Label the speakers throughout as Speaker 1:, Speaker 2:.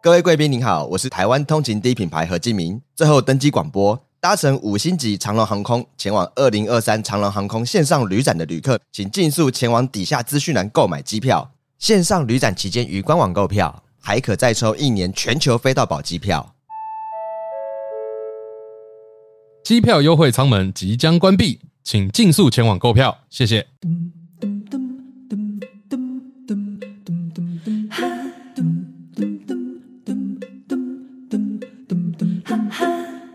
Speaker 1: 各位贵宾您好，我是台湾通勤第一品牌何敬明。最后登机广播，搭乘五星级长龙航空前往二零二三长龙航空线上旅展的旅客，请尽速前往底下资讯栏购买机票。线上旅展期间于官网购票，还可再抽一年全球飞到宝机票。
Speaker 2: 机票优惠舱门即将关闭，请尽速前往购票，谢谢。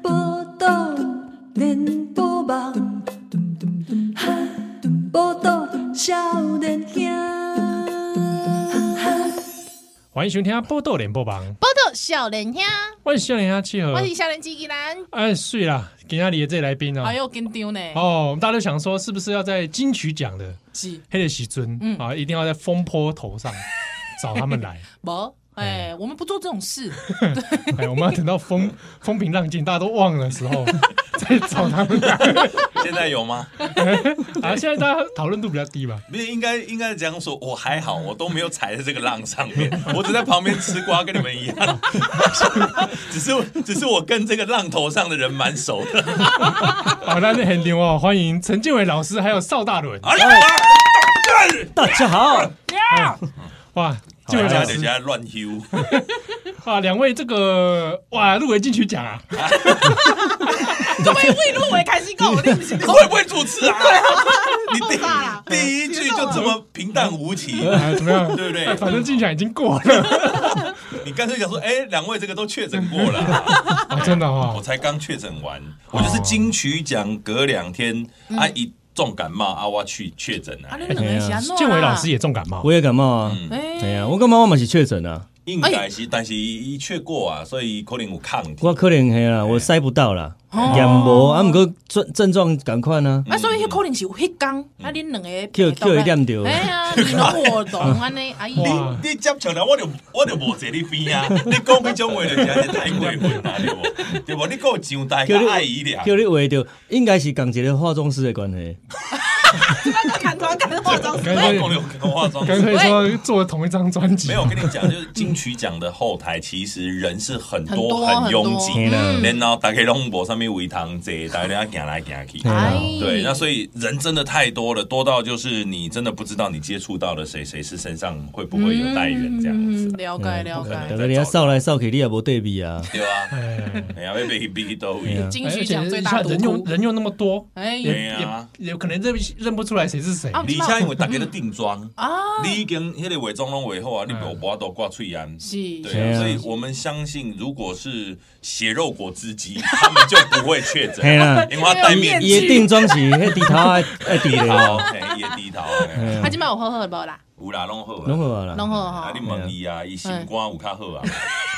Speaker 3: 报道连波梦，报道少年兄。
Speaker 4: 欢迎收听《波豆联播榜》，
Speaker 5: 报道少年兄，
Speaker 4: 我是少年阿契合
Speaker 5: 我。是少年机器人。
Speaker 4: 哎，睡啦，今天你的这来宾啊
Speaker 5: 哎，呦，紧张呢，
Speaker 4: 哦，我们大家都想说，是不是要在金曲奖的
Speaker 5: 是
Speaker 4: 黑的喜尊
Speaker 5: 嗯
Speaker 4: 啊，一定要在风波头上找他 们来？
Speaker 5: 不？哎，我们不做这种事，
Speaker 4: 哎，我们要等到风风平浪静，大家都忘了 的时候再找他们来。
Speaker 6: 现在有吗？
Speaker 4: 啊，现在大家讨论度比较低吧？
Speaker 6: 不是，应该应该这样说，我还好，我都没有踩在这个浪上 面，我只在旁边吃瓜，跟你们一 样。只是只是我跟这个浪头上的人蛮熟的。
Speaker 4: 好，那是很牛哦，欢迎陈建伟老师，还有邵大伦。
Speaker 6: 哎
Speaker 7: 大家好，
Speaker 4: 哇，建
Speaker 6: 大
Speaker 4: 伟老
Speaker 6: 家等一
Speaker 4: 师，
Speaker 6: 下乱 Q，
Speaker 4: 哇，两位这个哇入围金曲奖啊，
Speaker 5: 各位未入围开心够，你不 是
Speaker 6: 会不会主持啊？ 你第
Speaker 5: 大啦
Speaker 6: 第一句就这么平淡无奇，
Speaker 4: 哎怎么样？
Speaker 6: 对不对
Speaker 4: 哎反正金曲奖已经过了，
Speaker 6: 你干脆讲说，哎，两位这个都确诊过了啊，
Speaker 4: 啊真的
Speaker 6: 我
Speaker 4: 哦，
Speaker 6: 才刚确诊完，我就是金曲奖隔两天啊一重感冒啊，我去确诊
Speaker 5: 啊，
Speaker 6: 啊
Speaker 5: 你，们两个人是安怎啦
Speaker 4: 建伟老师，也重感冒
Speaker 7: 我。也感冒啊。哎
Speaker 5: 哎，
Speaker 7: 呀，我感冒我嘛是确诊啊，
Speaker 6: 应该是，但是一确过啊，所以可能有抗体。
Speaker 7: 我可能嘿啦，我塞不到啦，也无啊，毋过症症状赶快呢，
Speaker 5: 啊，所以迄可能是有迄工，啊，恁两个
Speaker 7: 叫叫伊念着
Speaker 5: 哎呀，你侬我懂安尼，哎呀，
Speaker 4: 哇
Speaker 6: 你接上来，我就我就无坐你边啊！你讲迄种话就是安尼太过分啦，对无？对无？你还有上台
Speaker 7: 叫
Speaker 6: 个
Speaker 7: 你
Speaker 6: 爱伊俩，
Speaker 7: 叫你画着，应该是共一个化妆师的关系。
Speaker 5: 看团看化妆
Speaker 4: 刚
Speaker 6: 我
Speaker 4: 刚
Speaker 6: 讲有 跟化妆
Speaker 4: 刚可以说做同一张专辑，
Speaker 6: 没有，我跟你讲，就是金曲奖的后台其实人是很
Speaker 5: 很多
Speaker 6: 多很拥
Speaker 5: 很
Speaker 6: 挤，
Speaker 7: 多
Speaker 6: 的，然后大家拢无上面围堂坐，大家行来行去。对，那所以人真的太多了，多到就是你真的不知道你接触到的谁谁是身上会不会有带源这样子
Speaker 5: 嗯，，了解了
Speaker 7: 大
Speaker 5: 解，
Speaker 7: 家你遐扫来扫去，你也无对比 啊。
Speaker 6: 对吧？
Speaker 4: 哎，
Speaker 6: 哎呀，被被被都
Speaker 7: 哎呀
Speaker 5: 金曲奖最大
Speaker 4: 而
Speaker 5: 毒
Speaker 4: 且人又
Speaker 5: 窟，
Speaker 4: 人又那么多，
Speaker 5: 哎
Speaker 6: 对呀
Speaker 4: 也有可能认认不出来谁是谁。
Speaker 5: 啊
Speaker 6: 你现在因为大家都定妆。
Speaker 5: 啊，
Speaker 6: 你已经迄个伪装拢画好啊，你
Speaker 4: 嗯
Speaker 6: 无无都挂喙炎。
Speaker 5: 是
Speaker 6: 对
Speaker 7: 是
Speaker 6: 啊，
Speaker 7: 啊
Speaker 6: 所以我们相信，如果是血肉果汁机， 他们就不会确诊，
Speaker 7: 嘿啊啦，
Speaker 6: 因为他戴面
Speaker 7: 伊的
Speaker 6: 具，
Speaker 7: 定妆是迄低头啊爱爱低
Speaker 6: 好，
Speaker 7: 的，
Speaker 6: 嘿也低头，
Speaker 7: 嘿
Speaker 6: 嘿
Speaker 5: 啊，即摆有好好的无啦，
Speaker 6: 有啦，拢好啊，
Speaker 7: 拢好啊
Speaker 5: 拢
Speaker 7: 啦。
Speaker 5: 好
Speaker 6: 啊
Speaker 5: 哈，
Speaker 6: 你问伊啊，伊心肝有较好啊，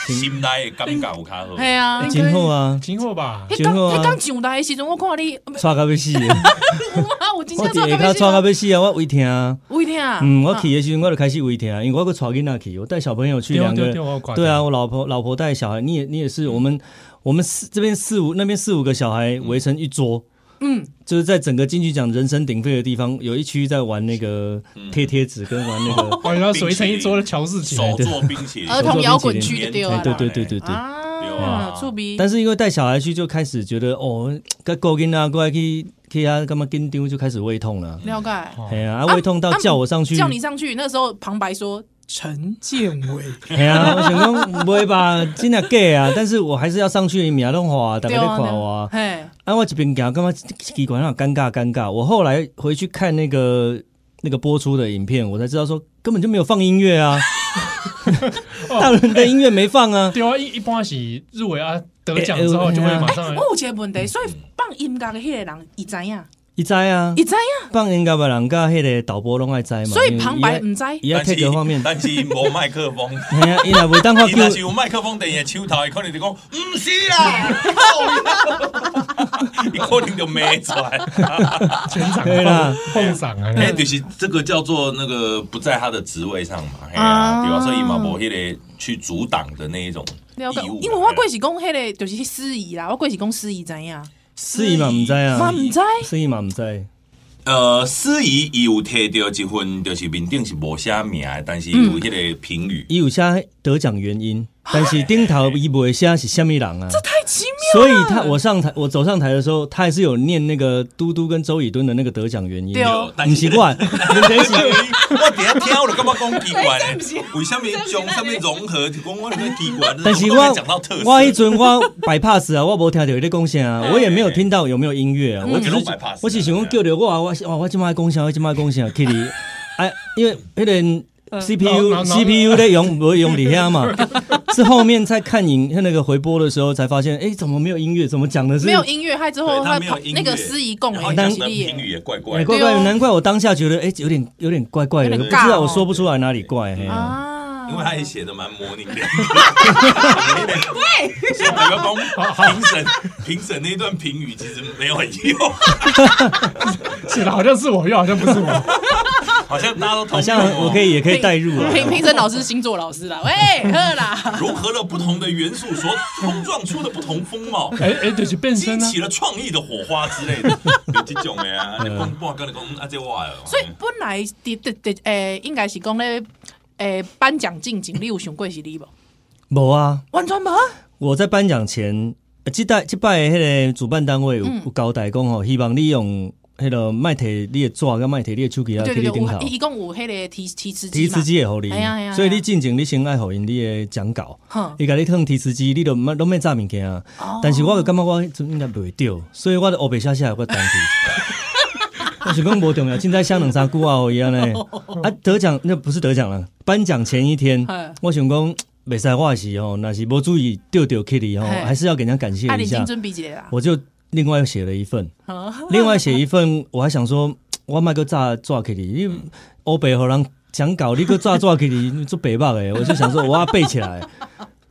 Speaker 6: 心内的感觉有较好。
Speaker 5: 系啊。
Speaker 7: 真好 啊，
Speaker 4: 今后吧，
Speaker 5: 迄刚
Speaker 7: 真好啊
Speaker 5: 迄刚上台的时阵，我看你，啊
Speaker 7: 刷到要死的，
Speaker 5: 我真
Speaker 7: 我
Speaker 5: 正
Speaker 7: 伫下骹
Speaker 5: 做
Speaker 7: 刷
Speaker 5: 到
Speaker 7: 到要死啊，我胃疼啊。
Speaker 5: 我一天啊，
Speaker 7: 嗯，我
Speaker 5: 啊
Speaker 7: 去的时候我就开始胃疼，因为我个带囡仔去，我带小朋友去
Speaker 4: 对啊
Speaker 7: 两
Speaker 4: 对啊
Speaker 7: 个
Speaker 4: 对啊我有看到
Speaker 7: 对啊，我老婆老婆带小孩，你也你也是，我们我们四这边四五那边四五个小孩围成一桌，
Speaker 5: 嗯，
Speaker 7: 就是在整个金曲奖人声鼎沸的地方，有一区在玩那个贴贴纸跟玩那个，
Speaker 4: 哇，然后围成一桌的乔治起来
Speaker 6: 手，做冰淇淋，
Speaker 5: 儿童摇滚区就对
Speaker 7: 哎
Speaker 5: 啊，
Speaker 7: 对对对对对。
Speaker 6: 对
Speaker 5: 啊
Speaker 6: 啊，
Speaker 5: 触鼻，
Speaker 7: 但是因为带小孩去，就开始觉得哦，个高跟啊，过来去去啊，干嘛跟丢，就开始胃痛了。
Speaker 5: 了解。
Speaker 7: 哎呀，啊胃痛到叫我上去，
Speaker 5: 叫你上去，那时候旁白说陈建伟，
Speaker 7: 哎呀，我想讲不会吧，真的假啊？但是我还是要上去，米亚弄华，大家在看我啊。
Speaker 5: 嘿，
Speaker 7: 啊，我一边讲，干嘛奇怪那尴尬尴尬。我后来回去看那个那个播出的影片，我才知道说根本就没有放 音乐啊，大人的音乐没放啊。
Speaker 4: 对啊，一一般是入围啊得奖之后就
Speaker 6: 哎
Speaker 4: 会马上
Speaker 5: 哦我有一个问
Speaker 7: 嗯
Speaker 5: 题，所以放音乐的迄个人，伊知影，
Speaker 7: 伊知啊
Speaker 5: 伊，知影，
Speaker 7: 放音乐的人甲迄个导播拢爱知嘛。
Speaker 5: 所以旁白唔知。
Speaker 7: 哎伊爱 take 方面，
Speaker 6: 但是无麦克风，
Speaker 7: 哎呀，伊若袂 当看
Speaker 6: 伊若是
Speaker 7: 叫，
Speaker 6: 有麦克风，等下手头，伊可能就讲，唔是啦， 伊可能就没出来。
Speaker 4: 全场
Speaker 7: 对啦
Speaker 4: 碰上啊，
Speaker 6: 哎、就是这个叫做那个不在他的职位上嘛，哎呀、
Speaker 5: 啊
Speaker 6: 对吧、所以马博迄个去阻挡的那一种
Speaker 5: 了解
Speaker 6: 义务哎啦，
Speaker 5: 因为我过是讲迄个就是司仪啦，我过是讲司仪知影，
Speaker 7: 司仪嘛唔知啊
Speaker 5: 嘛唔知，
Speaker 7: 司仪嘛毋知。
Speaker 6: 呃，司仪伊有摕到一
Speaker 7: 嗯
Speaker 6: 份，就是面顶是无写名的，但是有迄个评语。
Speaker 7: 伊有写得奖原因，但是丁桃一不会写是虾米人啊？
Speaker 5: 啊太奇妙
Speaker 7: 所
Speaker 5: 了。
Speaker 7: 以他我上台，我走上台的时候，他还是有念那个嘟嘟跟周以敦的那个得奖原因。
Speaker 5: 对哦
Speaker 7: 不是我，你等一下
Speaker 6: 我底下听我就感觉讲奇怪
Speaker 5: 哎这不是
Speaker 6: 呢，为什么将上面融合，就讲我里面奇怪，
Speaker 7: 但是
Speaker 6: 怎么都没讲到特
Speaker 7: 我
Speaker 6: 色，哎
Speaker 7: 我一准我摆 pass 啊，我无听到有在讲啥啊，我也没有听到有没有音乐啊，
Speaker 6: 嗯
Speaker 7: 我只是
Speaker 6: 我觉得我摆 pass
Speaker 7: 我只想讲叫着我啊，我我我今麦讲啥，我今麦讲啥，Kitty，哎， 因为那个。
Speaker 8: 呃
Speaker 4: 然
Speaker 7: CPU
Speaker 4: 后然后
Speaker 7: CPU 在用不用底 下嘛？是后面在看影那个回播的时候才发现，哎，怎么没有音乐？怎么讲的是
Speaker 8: 没有音乐，害之后
Speaker 6: 对他
Speaker 8: 他
Speaker 6: 没有音乐
Speaker 8: 哦那个司仪共
Speaker 6: 然后
Speaker 8: 鸣
Speaker 6: 讲
Speaker 8: 激
Speaker 6: 的
Speaker 8: 烈
Speaker 6: 评，语也怪怪
Speaker 7: 哎
Speaker 6: 的，
Speaker 7: 怪怪的，
Speaker 8: 对哦
Speaker 7: 难怪我当下觉得哎、有点有点怪怪的，
Speaker 8: 有点
Speaker 7: 不知
Speaker 8: 尬
Speaker 7: 道
Speaker 8: 哦
Speaker 7: 我说不出来哪里怪。嘿
Speaker 8: 啊
Speaker 6: 因为他也写的蛮模棱 两可的。对，所以我要帮评审评审那一段评语其实没有很用，
Speaker 4: 写的好像是我，又好像不是 我。
Speaker 6: 好像大家都
Speaker 7: 好
Speaker 6: 同哦
Speaker 7: 像我可
Speaker 6: 以
Speaker 7: 以也可以代入啊。
Speaker 8: 评评审老师、星座老师啦，喂，呵啦，
Speaker 6: 融合了不同的元素所冲撞出的不同风貌。
Speaker 4: 哎哎，对，就变
Speaker 6: 激
Speaker 4: 身啊！
Speaker 6: 起了创意的火花之类的，有这种的啊！你讲半跟你讲嗯啊，这话了。
Speaker 8: 所以本来的的的诶，应该是讲咧诶颁奖进行，你有想过是你无？
Speaker 7: 无啊，
Speaker 8: 完全无，
Speaker 7: 我在颁奖前，呃这代这摆的迄个主办单位有
Speaker 8: 嗯
Speaker 7: 有交代讲吼，希望你用迄个卖摕你的纸跟卖摕你的手机啊，
Speaker 8: 对
Speaker 7: 去
Speaker 8: 对
Speaker 7: 你
Speaker 8: 对，
Speaker 7: 顶
Speaker 8: 有
Speaker 7: 头。
Speaker 8: 一共有迄个提提词机
Speaker 7: 提
Speaker 8: 嘛
Speaker 7: 词，机会互你
Speaker 8: 哎呀哎呀哎呀，
Speaker 7: 所以你进前你先爱互因你的讲稿
Speaker 8: 哼，
Speaker 7: 伊甲你放提词机，你都毋拢免炸物件啊。
Speaker 8: 哦
Speaker 7: 但是我就感觉我迄阵应该袂对，所以我就黑白写写我单去。 我是讲无重要，凊彩写两三句啊，伊安尼。
Speaker 8: 哦
Speaker 7: 啊，得奖那不是得奖了，颁奖前一天
Speaker 8: 嗯，
Speaker 7: 我想讲袂使我的是吼，若是无注意丢丢 Kitty 吼，
Speaker 8: 嘿
Speaker 7: 还是要给人家感谢
Speaker 8: 啊，
Speaker 7: 一
Speaker 8: 你
Speaker 7: 下
Speaker 8: 先。准备一个 啦，
Speaker 7: 我就另外写了一份，另外写一份，我还想说，我卖个炸炸给你，因为欧北荷人讲稿，你个炸炸给你做北霸哎，我就想说我要背起来。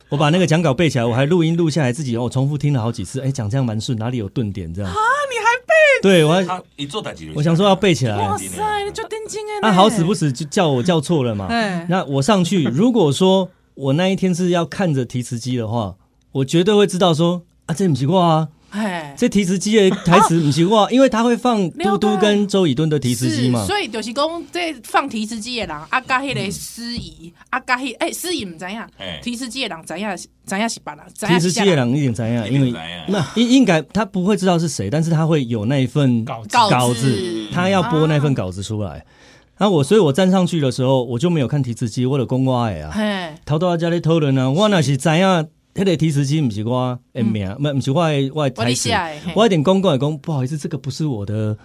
Speaker 7: 我把那个讲稿背起来，我还录音录下来，自己我重复听了好几次。哎，讲这样蛮顺，哪里有顿点这样？啊，你还背？对，我还
Speaker 6: 他一做打击，
Speaker 7: 我想说要背起来。
Speaker 8: 哇塞，你就定睛诶，
Speaker 7: 啊，好死不死就叫我叫错了嘛。
Speaker 8: 哎
Speaker 7: 那我上去，如果说我那一天是要看着提词机的话，我绝对会知道说啊，这不是我啊，
Speaker 8: 哎，
Speaker 7: 这提词机的台词不是我，因为他会 放嘟嘟跟周以敦的提词机嘛嗯
Speaker 8: 是，所以就是讲，这放提词机的人，啊，甲迄个司仪，啊，甲迄诶司仪毋知影
Speaker 6: 嘿，
Speaker 8: 提词机的人知影，知影是别人，知
Speaker 7: 提
Speaker 8: 影
Speaker 7: 词
Speaker 8: 是
Speaker 7: 机
Speaker 8: 啥
Speaker 7: 的人啊一点怎样？因
Speaker 6: 一定
Speaker 7: 为
Speaker 6: 知影
Speaker 7: 那应应该他不会知道是谁，但是他会有那一份
Speaker 4: 稿子
Speaker 8: 稿啊
Speaker 7: 稿子
Speaker 8: 子，
Speaker 7: 他要播那份稿子出来。然后我，所以我站上去的时候，我就没有看提词机，我的公蛙呀。
Speaker 8: 嘿，
Speaker 7: 头拄仔遮咧讨论啊，我若是知影迄个提词机毋是我诶名，毋、毋是我诶我诶
Speaker 8: 嗯我
Speaker 7: 台
Speaker 8: 你
Speaker 7: 词
Speaker 8: 写，诶，嘿
Speaker 7: 我一点公告讲不好意思，这个不是我的，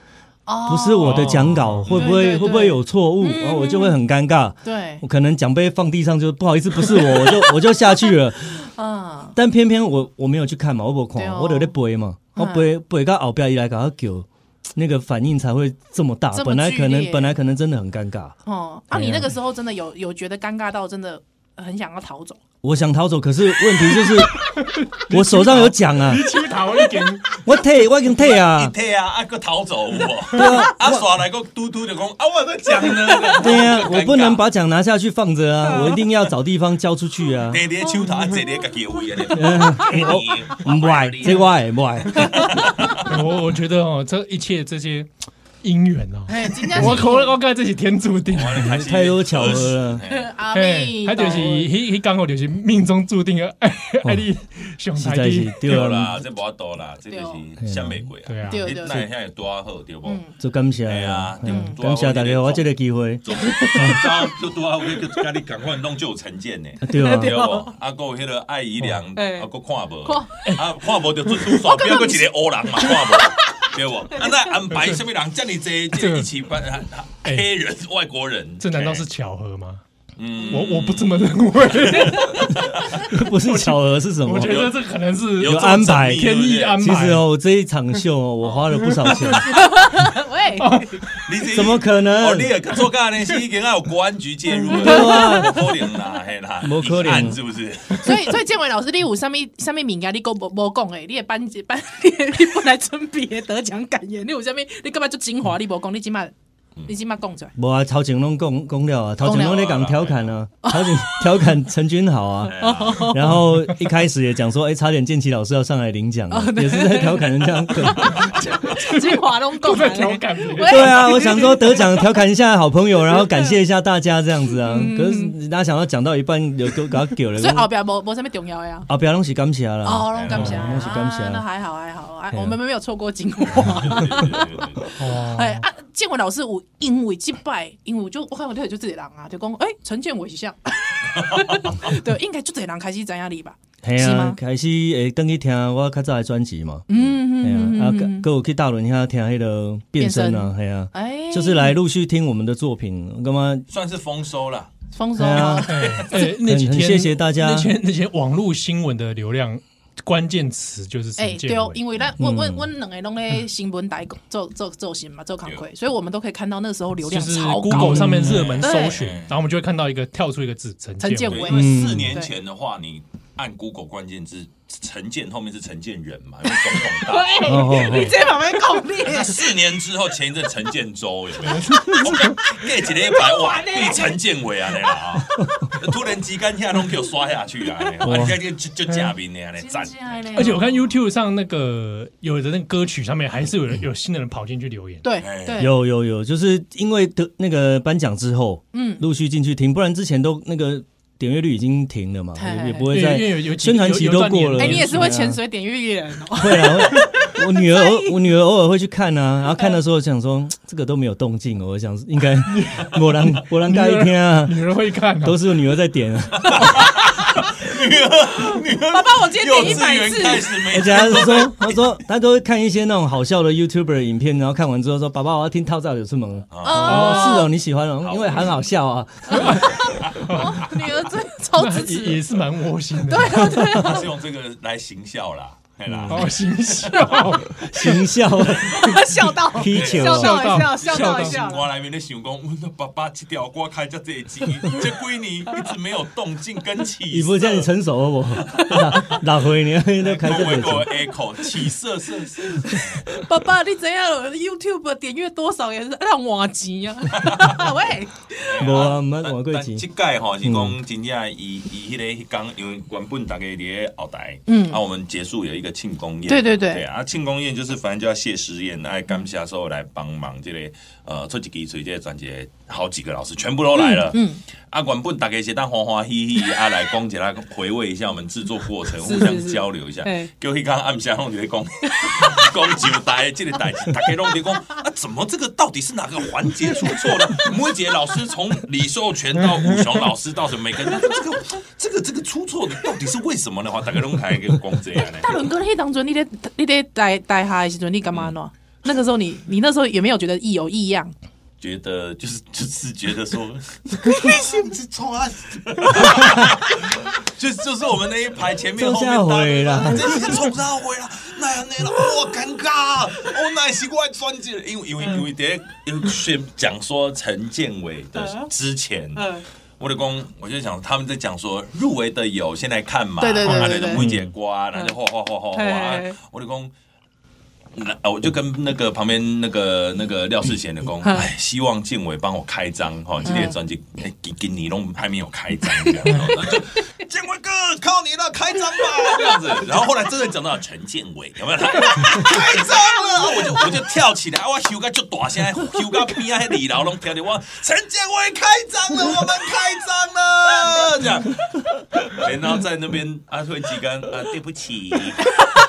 Speaker 8: 哦
Speaker 7: 不是我的讲稿，会不会
Speaker 8: 对对对嗯
Speaker 7: 会不会有错误？然后我就会很尴尬，
Speaker 8: 对
Speaker 7: 我，可能奖杯放地上就不好意思，不是我， 我就我就下去了。
Speaker 8: 嗯，
Speaker 7: 但偏偏我我没有去看嘛，我无看，
Speaker 8: 对哦嗯
Speaker 7: 我就在背嘛，我背背到后边伊来搞叫，那个反应才会这么大。
Speaker 8: 这么
Speaker 7: 本来可
Speaker 8: 剧
Speaker 7: 能
Speaker 8: 烈
Speaker 7: 本来可能真的很尴尬，
Speaker 8: 哦，啊，
Speaker 7: 哎呀
Speaker 8: 你那个时候真的有有觉得尴尬到真的很想要逃走，
Speaker 7: 我想逃走，可是问题就是 我手上有奖啊，
Speaker 4: 去逃一点，
Speaker 7: 我退我已经退啊
Speaker 6: 一。退啊，啊个逃走我，
Speaker 7: 对啊，
Speaker 6: 啊耍来个嘟嘟的讲啊，我在讲呢，
Speaker 7: 对呀、
Speaker 6: 就尴尬
Speaker 7: 我不 能把奖拿下去放着啊，
Speaker 8: 嗯
Speaker 7: 我一定要找地方交出去啊。
Speaker 6: 爹爹手头啊，这爹个机位 啊， 哎
Speaker 7: 唔坏，这我 也不爱。
Speaker 4: 我我觉得哦，这一切这些姻缘哦，
Speaker 8: 哎，真正
Speaker 4: 我
Speaker 8: 是
Speaker 4: 我我感觉这是天注定。
Speaker 7: 太多巧合了啊
Speaker 8: 阿
Speaker 4: 嘿
Speaker 8: 弥，
Speaker 4: 他
Speaker 8: 陀
Speaker 4: 就是迄迄刚好就是命中注定
Speaker 7: 哦
Speaker 4: 的爱 爱你上
Speaker 7: 实
Speaker 4: 台
Speaker 7: 在是
Speaker 4: 去。
Speaker 7: 对啊
Speaker 6: 对
Speaker 7: 啦，
Speaker 6: 啦，这无多啦，这就是香玫瑰啊，
Speaker 4: 对啊，
Speaker 8: 哦对嗯
Speaker 6: 你那现在有多好对不？
Speaker 7: 就感谢
Speaker 6: 哎呀
Speaker 7: 啊，
Speaker 6: 对
Speaker 7: 嗯
Speaker 6: 多好
Speaker 7: 感谢大
Speaker 6: 一
Speaker 7: 家，
Speaker 6: 点
Speaker 7: 我这个机会，
Speaker 6: 总招就多好，我就跟你赶快弄就有成见呢。
Speaker 7: 对 啊，
Speaker 6: 对不？啊，还有迄个艾姨娘，
Speaker 8: 哎
Speaker 6: 啊，搁看无，
Speaker 8: 看
Speaker 6: 啊，看无就做出耍，不要搁一个黑人嘛，看无，对不？啊，那安排什么人这么多， 这个一起班啊啊
Speaker 4: 哎
Speaker 6: 黑人、外国人，
Speaker 4: 这难道是巧合吗？
Speaker 6: 嗯
Speaker 4: 我我不这么认为，
Speaker 7: 不是巧合是什么
Speaker 4: 我？觉得这可能是
Speaker 6: 有
Speaker 7: 有安排
Speaker 6: 这种缜密
Speaker 4: 天意安
Speaker 6: 对
Speaker 4: 排。
Speaker 7: 其实哦，我这一场 秀哦，我花了不少钱，
Speaker 8: 喂，
Speaker 6: 不对你这
Speaker 7: 怎么可
Speaker 6: 哦，
Speaker 7: 能
Speaker 6: 你？也做干呢？是已经要有国安局介入了，
Speaker 7: 对啊
Speaker 6: 不可能啦，嘿啦，
Speaker 7: 不可能
Speaker 6: 一案是不是？
Speaker 8: 所以所以建伟老师，你有上面上面物件你讲无无讲诶，你也颁 颁你你本来准备的得奖感言，你有上面你干嘛就精华你无讲，你起码你即马讲出来。
Speaker 7: 无啊，头前拢讲讲了啊，头前拢在
Speaker 6: 讲了哦
Speaker 7: 讲调侃啊，头前 调侃陈君豪啊，
Speaker 6: 哎呀
Speaker 7: 然后一开始也讲说，哎、差点建奇老师要上来领奖
Speaker 6: 哦
Speaker 7: 了，也是在调侃人 家。
Speaker 6: 哎
Speaker 8: 金华拢讲
Speaker 4: 在调侃别人
Speaker 8: 喂
Speaker 7: 对啊，我想说得奖调侃一下好朋友，然后感谢一下大家这样子啊。
Speaker 6: 嗯
Speaker 7: 可是大家想到讲到一半，有给搞给了，
Speaker 8: 所以
Speaker 6: 啊
Speaker 8: 后壁无无啥物重要的啊。
Speaker 7: 啊，不要拢是感谢啦。
Speaker 8: 哦，拢感谢，
Speaker 7: 啊拢是感谢
Speaker 8: 啊那还好还好，啊
Speaker 7: 嘿啊啊
Speaker 8: 我们没有错过金 华。
Speaker 6: 对对对对对
Speaker 4: 哦，
Speaker 8: 哎啊，建伟老师，我因为击败，因为我就我看我推就这个人啊，就讲哎，陈建伟是像， 对，应该就这个人开始知影你吧。
Speaker 7: 嘿
Speaker 8: 是
Speaker 7: 啊
Speaker 8: 吗，
Speaker 7: 开始会登去听我较早的专辑嘛。
Speaker 8: 嗯
Speaker 7: 嗯
Speaker 8: 嗯
Speaker 7: 啊，
Speaker 8: 嗯嗯，
Speaker 7: 各有去大轮遐听迄个变身啊，嘿啊，
Speaker 8: 哎，
Speaker 7: 就是来陆续听我们的作品，我干 嘛？
Speaker 6: 算是丰收了。
Speaker 8: 丰收
Speaker 7: 嘿啊
Speaker 8: 啊，，
Speaker 4: 哎那几
Speaker 7: 很
Speaker 4: 天
Speaker 7: 谢谢大家
Speaker 4: 那些那些网络新闻的流量关键词就是
Speaker 8: 哎，
Speaker 4: 陈
Speaker 8: 对
Speaker 4: 建
Speaker 8: 哦，
Speaker 4: 伟，
Speaker 8: 因为咱我我
Speaker 7: 嗯
Speaker 8: 我两个拢咧新闻台做做做新嘛，做康亏，所以我们都可以看到那时候流
Speaker 4: 就
Speaker 8: 量
Speaker 4: 是
Speaker 8: 超高
Speaker 4: Google 上面热
Speaker 7: 嗯
Speaker 4: 门搜寻
Speaker 6: 对，
Speaker 4: 然后我们就会看到一个跳出一个字陈
Speaker 8: 陈
Speaker 4: 建
Speaker 8: 建
Speaker 4: 伟
Speaker 8: 伟
Speaker 6: 对，因为
Speaker 7: 嗯
Speaker 6: 四年前的话，你按 Google 关键字“陈建”后面是陈建仁嘛，因为总统大选。
Speaker 7: 哦哦哦
Speaker 5: 你这旁边搞你，
Speaker 6: 那四年之后，前一阵陈建州有没 有？那几年一百哇，你陈建伟啊，那啦啊，突然之间下都给我刷下去啊，那啊你看就就就嘉宾啊那样来赞，
Speaker 8: 而
Speaker 4: 而且我看 YouTube 上那个有的那个歌曲上面还是有人有新的人跑进去留言，
Speaker 8: 对
Speaker 6: 哎
Speaker 8: 对，
Speaker 7: 有有有，就是因为得那个颁奖之后，
Speaker 8: 嗯
Speaker 7: 陆续进去听，不然之前都那个点阅率已经停了嘛，
Speaker 8: 嗨
Speaker 7: 也也不会
Speaker 4: 因为因为
Speaker 7: 再
Speaker 4: 有有几
Speaker 7: 宣传期都过了
Speaker 8: 哎，
Speaker 4: 有有一段年
Speaker 8: 你也是会
Speaker 7: 对啊
Speaker 8: 潜水点阅人 哦，
Speaker 7: 会啊。 我我女儿偶我女儿偶尔会去看啊，然后看的时候想说这个都没有动静哦，我想 应该我让我让大一天啊，
Speaker 8: 嗯
Speaker 4: 女人会看啊，
Speaker 7: 都是我女儿在点啊，
Speaker 8: 爸爸，我今天
Speaker 6: 幼
Speaker 8: 点一
Speaker 6: 稚
Speaker 8: 百
Speaker 6: 园
Speaker 8: 次，
Speaker 6: 开始没
Speaker 7: 而且她是说她说她都会看一些那种好笑的 YouTuber 影片，然后看完之后说爸爸我要听套照有出门了。
Speaker 6: 啊
Speaker 7: 哦，是哦，你喜欢哦，因为很好笑啊。
Speaker 8: 哦女儿最超支
Speaker 4: 也
Speaker 8: 持啊
Speaker 4: 也是蛮窝心的，
Speaker 6: 他是用这个来行孝啦，哎啦，
Speaker 7: 嗯
Speaker 4: 好心笑，
Speaker 7: 行孝，
Speaker 8: 的，啊笑到
Speaker 7: 啊踢球啊
Speaker 8: 笑到
Speaker 4: 笑
Speaker 8: 一
Speaker 4: 到
Speaker 8: 笑，笑到一
Speaker 6: 新
Speaker 8: 笑。
Speaker 6: 瓜来面在想讲，阮的爸爸这条瓜开在这几， 这几年一直没有动静跟起色。
Speaker 7: 你不这样你成熟了啊我，老回你都开这
Speaker 6: 我
Speaker 7: 个
Speaker 6: 会
Speaker 7: 酒
Speaker 6: 我。echo 起色色色，
Speaker 8: 爸爸，你怎样？YouTube 点阅多少也是让我急啊！ 喂，
Speaker 7: 无啊，毋捌
Speaker 6: 但
Speaker 7: 换过
Speaker 6: 但
Speaker 7: 钱
Speaker 6: 这。届吼是
Speaker 8: 嗯
Speaker 6: 讲真正伊伊迄个迄工，因为原本大家伫咧后台，
Speaker 8: 嗯
Speaker 6: 啊，我们结束有一个庆功宴，
Speaker 8: 对对对
Speaker 6: 对啊，庆功宴就是反正就要谢师宴，哎，感谢所有来帮忙这个呃，出一支水这个专辑好几个老师全部都来了，
Speaker 8: 嗯，
Speaker 6: 啊，原本大家是当欢欢喜喜啊，来讲一下， 回味一下我们制作过程，
Speaker 8: 是
Speaker 6: 互相
Speaker 8: 是
Speaker 6: 交流一下
Speaker 8: 哎。
Speaker 6: 叫迄刚暗下弄就在讲， 讲上台的这个代志，大家拢在讲啊，怎么这个到底是哪个环节出错了？莫姐老师从李寿全到武雄老师到什么，每个人都这个这个这个出错的到底是为什么呢？哈，大家拢台给讲这样呢。
Speaker 8: 大伦哥，那当中你在你在带带哈的时候，你干嘛呢？那个时候你你那时候有没有觉得异有异样？
Speaker 6: 觉得就是就是觉得 说，是冲啊， 就就是我们那一排前面
Speaker 7: 冲
Speaker 6: 后面
Speaker 7: 下
Speaker 6: 搭的
Speaker 7: 回啦
Speaker 6: 嘛这是冲下回啦，那样那样，哇尴尬，哦那是怪专辑，因为因为因为第一因为先讲说陈建伟
Speaker 8: 嗯
Speaker 6: 的之前，我的公我就想他们在讲说入围的有先来看嘛，哦
Speaker 8: 对对对对对
Speaker 6: 木姐瓜，然后就哗哗哗哗哗，
Speaker 8: 嘿
Speaker 6: 我的公。那啊，我就跟那个旁边那个那个廖世贤的公，
Speaker 8: 嗯
Speaker 6: 哎，希望建伟帮我开张哈，今天的专辑哎，今今年都还没有开张，这样，然后就建伟哥靠你了，开张吧这样子。然后后来真的讲到陈建伟，有没有？开张了，我就我就跳起来，我修个就大声，修个边啊，李老龙跳的我陈建伟开张了，我们开张了，这样。哎 然后在那边阿推几根啊，对不起。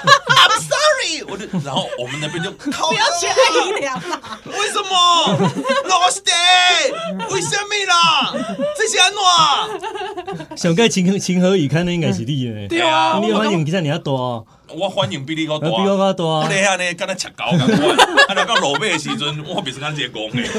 Speaker 6: I'm sorry，我就然后我们那边就靠
Speaker 5: 不要去爱姨娘啦。
Speaker 6: 为什么 lost day？为什么啦？这些安怎？
Speaker 7: 上个情情何以堪的应该是你诶。
Speaker 6: 对啊
Speaker 7: 你反应比较你较大哦，
Speaker 6: 我反应比你较
Speaker 7: 比
Speaker 6: 大。
Speaker 7: 我较大
Speaker 6: 我
Speaker 7: 啊
Speaker 6: 咧。遐呢，敢若赤狗咁款，啊，然后到落尾的时阵，我比是敢直接讲诶，